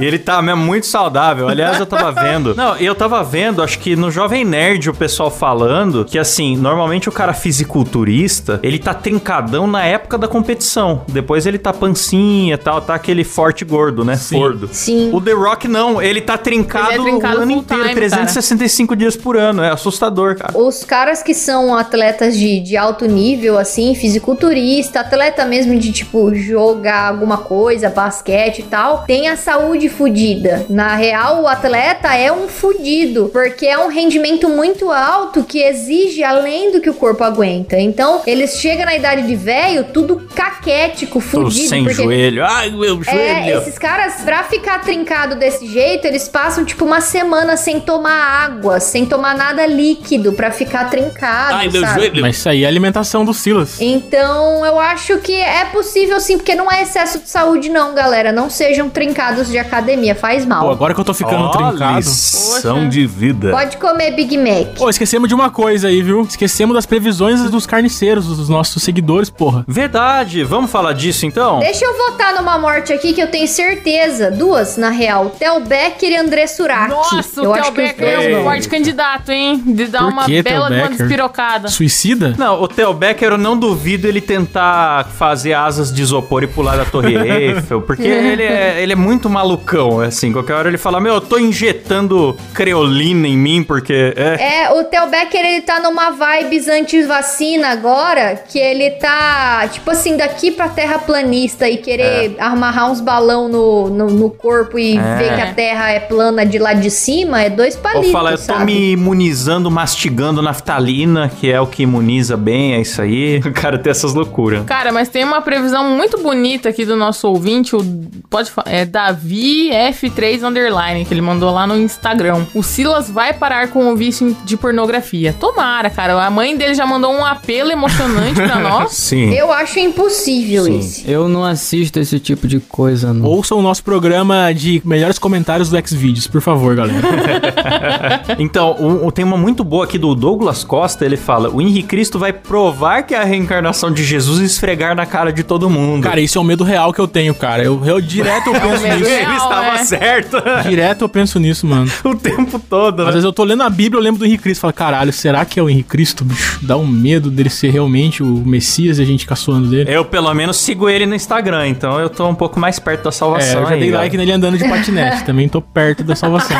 Speaker 1: E ele tá mesmo muito saudável. Aliás, eu tava vendo. Não, eu tava vendo, acho que no Jovem Nerd o pessoal falando que assim, normalmente o cara fisiculturista, ele tá trincadão na época da competição. Depois ele tá pancinha e tal, tá aquele forte gordo, né? Gordo.
Speaker 5: Sim.
Speaker 1: O The Rock não, ele tá trincado,
Speaker 3: Ele é trincado
Speaker 1: o ano
Speaker 3: full
Speaker 1: inteiro,
Speaker 3: time,
Speaker 1: 365 dias por ano. É assustador, cara.
Speaker 5: Os caras que são atletas de, de alto nível, assim, fisiculturista, atleta mesmo de, tipo, jogar alguma coisa, basquete e tal, tem a saúde fudida. Na real, o atleta é um fudido, porque é um rendimento muito alto que exige além do que o corpo aguenta. Então, eles chegam na idade de velho, tudo caquético,
Speaker 1: Tô
Speaker 5: fudido.
Speaker 1: sem
Speaker 5: porque
Speaker 1: joelho. Ai, meu
Speaker 5: é,
Speaker 1: joelho.
Speaker 5: esses caras, pra ficar trincado desse jeito, eles passam tipo uma semana sem tomar água, sem tomar nada líquido pra ficar trincado.
Speaker 1: Ai, meu
Speaker 5: sabe?
Speaker 1: joelho.
Speaker 4: Mas isso aí é alimentação do Silas.
Speaker 5: Então, eu acho que é possível sim, porque não é excesso de saúde, não, galera. Não sejam trincados de academia, faz
Speaker 4: Pô,
Speaker 5: mal.
Speaker 4: agora que eu tô ficando
Speaker 1: Ó,
Speaker 4: trincado.
Speaker 1: lição
Speaker 3: Poxa.
Speaker 1: de vida.
Speaker 5: Pode comer Big Mac.
Speaker 4: Pô, esquecemos de uma coisa aí, viu? Esquecemos das previsões dos carniceiros, dos nossos seguidores, porra.
Speaker 1: Verdade, vamos falar disso então?
Speaker 5: Deixa eu votar numa morte aqui que eu tenho certeza. Duas, na real. Theo Becker e André Surak.
Speaker 3: Nossa,
Speaker 5: eu
Speaker 3: o Theo
Speaker 5: acho que os
Speaker 3: Becker
Speaker 5: dois
Speaker 3: é
Speaker 1: não.
Speaker 3: um forte candidato, hein? De dar
Speaker 4: Por
Speaker 3: uma
Speaker 4: que,
Speaker 3: bela
Speaker 4: Theo
Speaker 3: de uma
Speaker 4: Becker?
Speaker 3: despirocada.
Speaker 4: Suicida?
Speaker 1: Não, o Theo Becker, eu não duvido ele tentar fazer asas de isopor e pular da Torre Eiffel, porque ele é, ele é muito malucão, assim. Qualquer hora ele fala, meu, eu tô injetando creolina em mim, porque... É.
Speaker 5: É, o Theo Becker, ele tá numa vibes anti-vacina agora, que ele tá, tipo assim, daqui pra terraplanista e querer amarrar uns balão no, no, no corpo e ver que a terra é plana de lá de cima, é dois
Speaker 1: Ou
Speaker 5: palitos,
Speaker 1: fala, eu tô
Speaker 5: sabe?
Speaker 1: me imunizando, mastigando naftalina, que é o que imuniza bem, é isso aí. O cara tem essas loucuras.
Speaker 3: Cara, mas tem uma previsão muito bonita aqui do nosso ouvinte, o pode falar, é Davi F3 underline que ele mandou lá no Instagram. O Silas vai parar com o vício de pornografia. Tomara, cara. A mãe dele já mandou um apelo emocionante pra nós.
Speaker 1: Sim.
Speaker 5: Eu acho impossível isso.
Speaker 6: Eu não assisto esse tipo de coisa, não.
Speaker 4: Ouçam o nosso programa de melhores comentários do Xvideos, por favor, galera.
Speaker 1: Então, um- um- tem uma muito boa aqui do Douglas Costa, ele fala, o Henrique Cristo vai provar que é a reencarnação de Jesus e esfregar na cara de todo mundo.
Speaker 4: cara, isso é um medo real que eu tenho, cara. Eu, eu direto eu penso
Speaker 3: É medo
Speaker 4: nisso.
Speaker 3: real.
Speaker 1: ele estava
Speaker 3: é.
Speaker 1: certo.
Speaker 4: Direto eu penso nisso, mano.
Speaker 1: o tempo todo,
Speaker 4: Às
Speaker 1: né?
Speaker 4: vezes eu tô lendo a Bíblia, eu lembro do Henrique Cristo. Falo, caralho, será que é o Henrique Cristo, bicho? Dá um medo dele ser realmente o Messias e a gente caçoando dele.
Speaker 1: Eu, pelo menos, sigo ele no Instagram, então eu tô um pouco mais perto da
Speaker 4: É,
Speaker 1: salvação
Speaker 4: eu já
Speaker 1: aí,
Speaker 4: dei
Speaker 1: ó.
Speaker 4: like nele andando de patinete. Também tô perto da salvação.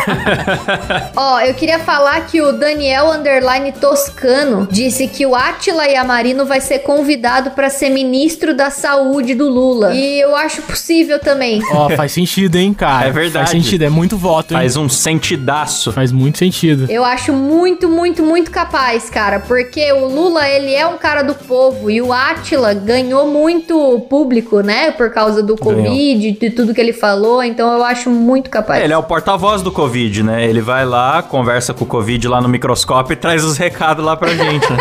Speaker 5: Ó, eu queria falar que o Daniel Underline Toscano disse que o Atila Yamarino vai ser convidado pra ser ministro da saúde do Lula. E eu acho possível também.
Speaker 4: Ó, faz sentido, hein, cara?
Speaker 1: É verdade.
Speaker 4: Faz sentido, é muito voto, hein?
Speaker 1: Faz um sentidaço.
Speaker 4: Faz muito sentido.
Speaker 5: Eu acho muito, muito, muito capaz, cara, porque o Lula, ele é um cara do povo e o Átila ganhou muito público, né, por causa do
Speaker 1: Ganhou.
Speaker 5: Covid, de tudo que ele falou, então eu acho muito capaz.
Speaker 1: É, Ele é o porta-voz do Covid, né? Ele vai lá, conversa com o Covid lá no microscópio e traz os recados lá pra gente. né?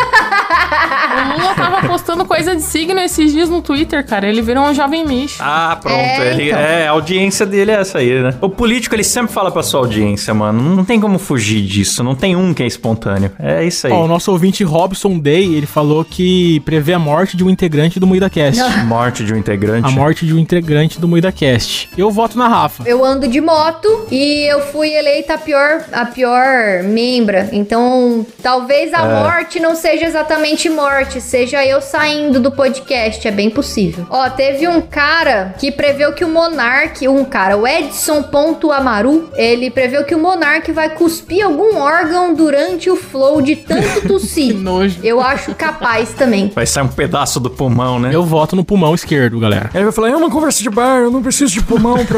Speaker 3: O Lula tava postando coisa de signo esses dias no Twitter, cara. Ele virou um jovem micho.
Speaker 1: Ah, pronto.
Speaker 5: É,
Speaker 1: ele,
Speaker 5: então.
Speaker 1: é, a audiência dele é essa aí, né? O político, ele sempre fala pra sua audiência, mano. Não tem como fugir disso. Não tem um que é espontâneo. É isso aí.
Speaker 4: Ó, o nosso ouvinte Robson Day, ele falou que prevê a morte de um integrante do Moída Cast.
Speaker 1: Morte de um integrante.
Speaker 4: A morte de um integrante do Moída Cast. Eu voto na Rafa.
Speaker 5: Eu ando de moto e eu fui eleita a pior, a pior membra. Então, talvez a morte não seja exatamente morte, seja eu saindo do podcast, é bem possível. Ó, teve um cara que preveu que o Monark, um cara, o Edson Ponto Amaru, ele preveu que o Monark vai cuspir algum órgão durante o flow de tanto tossir.
Speaker 3: Nojo.
Speaker 5: eu acho capaz também.
Speaker 1: Vai sair um pedaço do pulmão, né?
Speaker 4: Eu voto no pulmão esquerdo, galera.
Speaker 2: Ele vai falar, é uma conversa de bar, eu não preciso de pulmão pra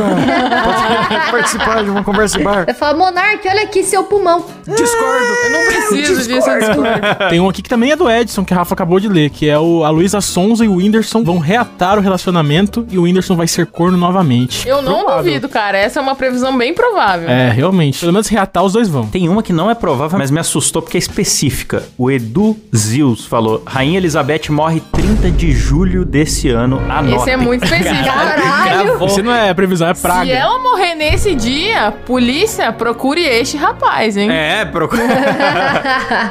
Speaker 2: pra participar de uma conversa de bar.
Speaker 5: Vai falar, Monark, olha aqui seu pulmão.
Speaker 2: Discordo.
Speaker 3: Não preciso disso, eu discordo.
Speaker 4: Tem um aqui que também é do Edson, que a Rafa acabou de ler, que é o a Luísa Sonza e o Whindersson vão reatar o relacionamento e o Whindersson vai ser corno novamente.
Speaker 3: Eu não
Speaker 4: Provável.
Speaker 3: duvido, cara. Essa é uma previsão bem provável.
Speaker 4: É, realmente. Pelo menos reatar os dois vão.
Speaker 1: Tem uma que não é provável, mas me assustou porque é específica. O Edu Zils falou: Rainha Elizabeth morre 30 de julho desse ano. Anotem.
Speaker 3: Esse é muito específico.
Speaker 5: Caralho!
Speaker 4: Isso não é previsão, é praga.
Speaker 3: Se ela morrer nesse dia, polícia, procure este rapaz, hein?
Speaker 1: É, procura.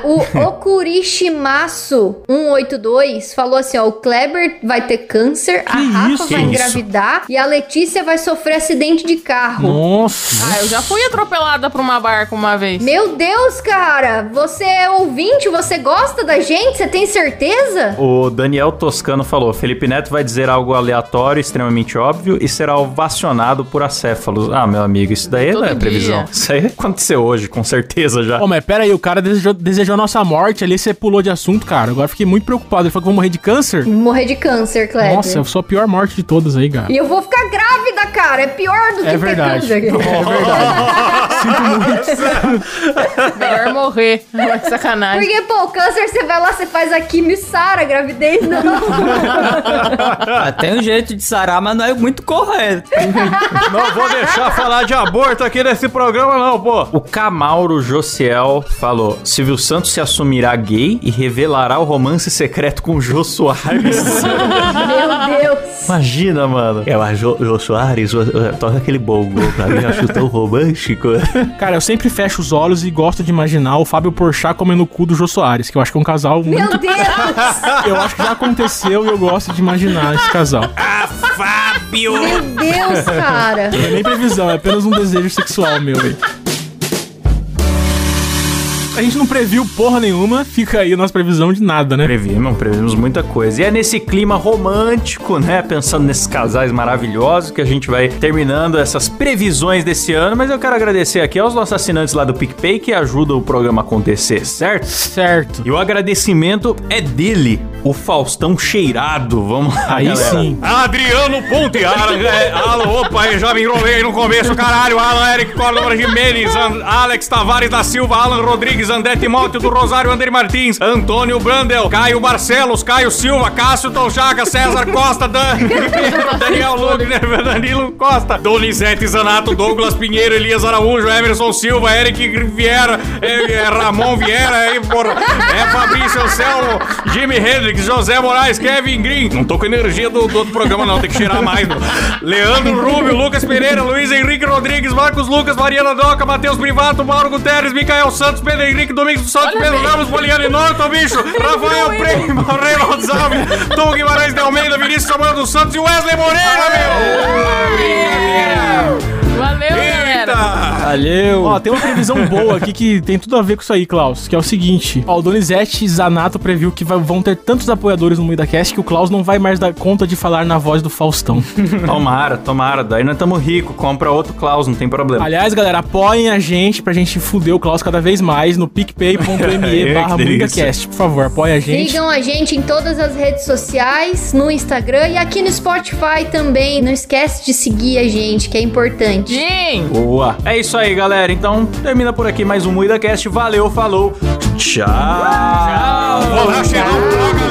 Speaker 5: O Okurishimasu 182 falou assim: ó, o Kleber vai ter câncer, a Rafa
Speaker 4: isso?
Speaker 5: vai
Speaker 1: Que
Speaker 5: engravidar e a Letícia vai sofrer acidente de carro.
Speaker 4: Nossa.
Speaker 3: Ah, eu já fui atropelada por uma barca uma vez.
Speaker 5: Meu Deus, cara! Você é ouvinte, você gosta da gente? Você tem certeza?
Speaker 1: O Daniel Toscano falou: Felipe Neto vai dizer algo aleatório, extremamente óbvio, e será ovacionado por acéfalos. Ah, meu amigo, isso daí
Speaker 3: Todo
Speaker 1: não é
Speaker 3: dia.
Speaker 1: previsão. Isso aí aconteceu hoje, com certeza já.
Speaker 4: Ô, mas pera aí, o cara desejou, desejou a nossa morte ali, você pulou de assunto, cara. Agora fiquei muito preocupado. Ele falou que eu vou morrer de câncer?
Speaker 5: Morrer de câncer, Kleber.
Speaker 4: Nossa, eu sou a pior morte de todas aí, cara.
Speaker 5: E eu vou ficar grávida, cara. É pior do que
Speaker 4: É verdade.
Speaker 5: ter
Speaker 4: É
Speaker 5: câncer.
Speaker 4: verdade.
Speaker 3: Melhor morrer. Que Sacanagem.
Speaker 5: Porque, pô, o câncer você vai lá, você faz a quimio sara, a gravidez não.
Speaker 6: Ah, tem um jeito de sarar, mas não é muito correto.
Speaker 1: Não vou deixar falar de aborto aqui nesse programa, não, pô. O Camauro Josiel falou: Silvio Santos se assumirá gay e revelará o romance secreto com Jô Soares.
Speaker 5: Meu Deus.
Speaker 1: Imagina, mano. É, mas Jô, Jô Soares, Jô- toca aquele bongo pra mim, eu acho tão romântico.
Speaker 4: Cara, eu sempre fecho os olhos e gosto de imaginar o Fábio Porchat comendo o cu do Jô Soares, que eu acho que é um casal muito...
Speaker 5: Meu Deus.
Speaker 4: Eu acho que já aconteceu e eu gosto de imaginar esse casal.
Speaker 5: Meu Deus, cara.
Speaker 4: Não é nem previsão, é apenas um desejo sexual meu, velho. A gente não previu porra nenhuma, fica aí a nossa previsão de nada, né?
Speaker 1: Previmos, previmos muita coisa. E é nesse clima romântico, né? Pensando nesses casais maravilhosos que a gente vai terminando essas previsões desse ano. Mas eu quero agradecer aqui aos nossos assinantes lá do PicPay que ajudam o programa a acontecer, certo?
Speaker 4: Certo.
Speaker 1: E o agradecimento é dele, o Faustão Cheirado. Vamos lá,
Speaker 4: Aí
Speaker 1: galera.
Speaker 4: sim.
Speaker 1: Adriano Ponte, Alan, é, Alan, opa, eu já me enrolei aí no começo, caralho, Alan, Eric Córdoba Jimenez, An- Alex Tavares da Silva, Alan Rodrigues, André Timóteo do Rosário, André Martins, Antônio Brandel, Caio Barcelos, Caio Silva, Cássio Tonchaga, César Costa, Dan, Daniel Lugner, Danilo Costa, Donizete Zanato, Douglas Pinheiro, Elias Araújo, Emerson Silva, Eric Vieira, eh, eh, Ramon Vieira, eh, porra, é Fabrício Anselmo, Jimmy Hendrix, José Moraes, Kevin Green. Não tô com energia do, do outro programa, não, tem que cheirar mais. meu. Leandro Rubio, Lucas Pereira, Luiz Henrique Rodrigues, Marcos Lucas, Mariana Doca, Matheus Privato, Mauro Guterres, Micael Santos, Pedro Henrique, Domingos dos Santos, Pedro Ramos, Poliana Norton, bicho, Rafael Prêmio, Reynolds Alves, Tom Guimarães de Almeida, Vinícius Samuel dos Santos e Wesley Moreira, meu!
Speaker 3: Valeu, galera.
Speaker 1: Eita!
Speaker 6: Valeu.
Speaker 4: Ó, tem uma previsão boa aqui que tem tudo a ver com isso aí, Klaus, que é o seguinte. Ó, o Donizete Zanato previu que vai- vão ter tantos apoiadores no MuidaCast que o Klaus não vai mais dar conta de falar na voz do Faustão.
Speaker 1: Tomara, tomara, daí nós estamos ricos, compra outro Klaus, não tem problema.
Speaker 4: Aliás, galera, apoiem a gente pra gente fuder o Klaus cada vez mais no picpay.me
Speaker 1: É,
Speaker 4: barra
Speaker 1: que delícia.
Speaker 4: MuidaCast. Por favor, apoiem a gente.
Speaker 5: Sigam a gente em todas as redes sociais, no Instagram e aqui no Spotify também. Não esquece de seguir a gente, que é importante.
Speaker 3: Jim.
Speaker 1: Boa. É isso aí, galera. Então termina por aqui mais um MuidaCast. Valeu, falou. Tchau. Vou lá cheirar droga.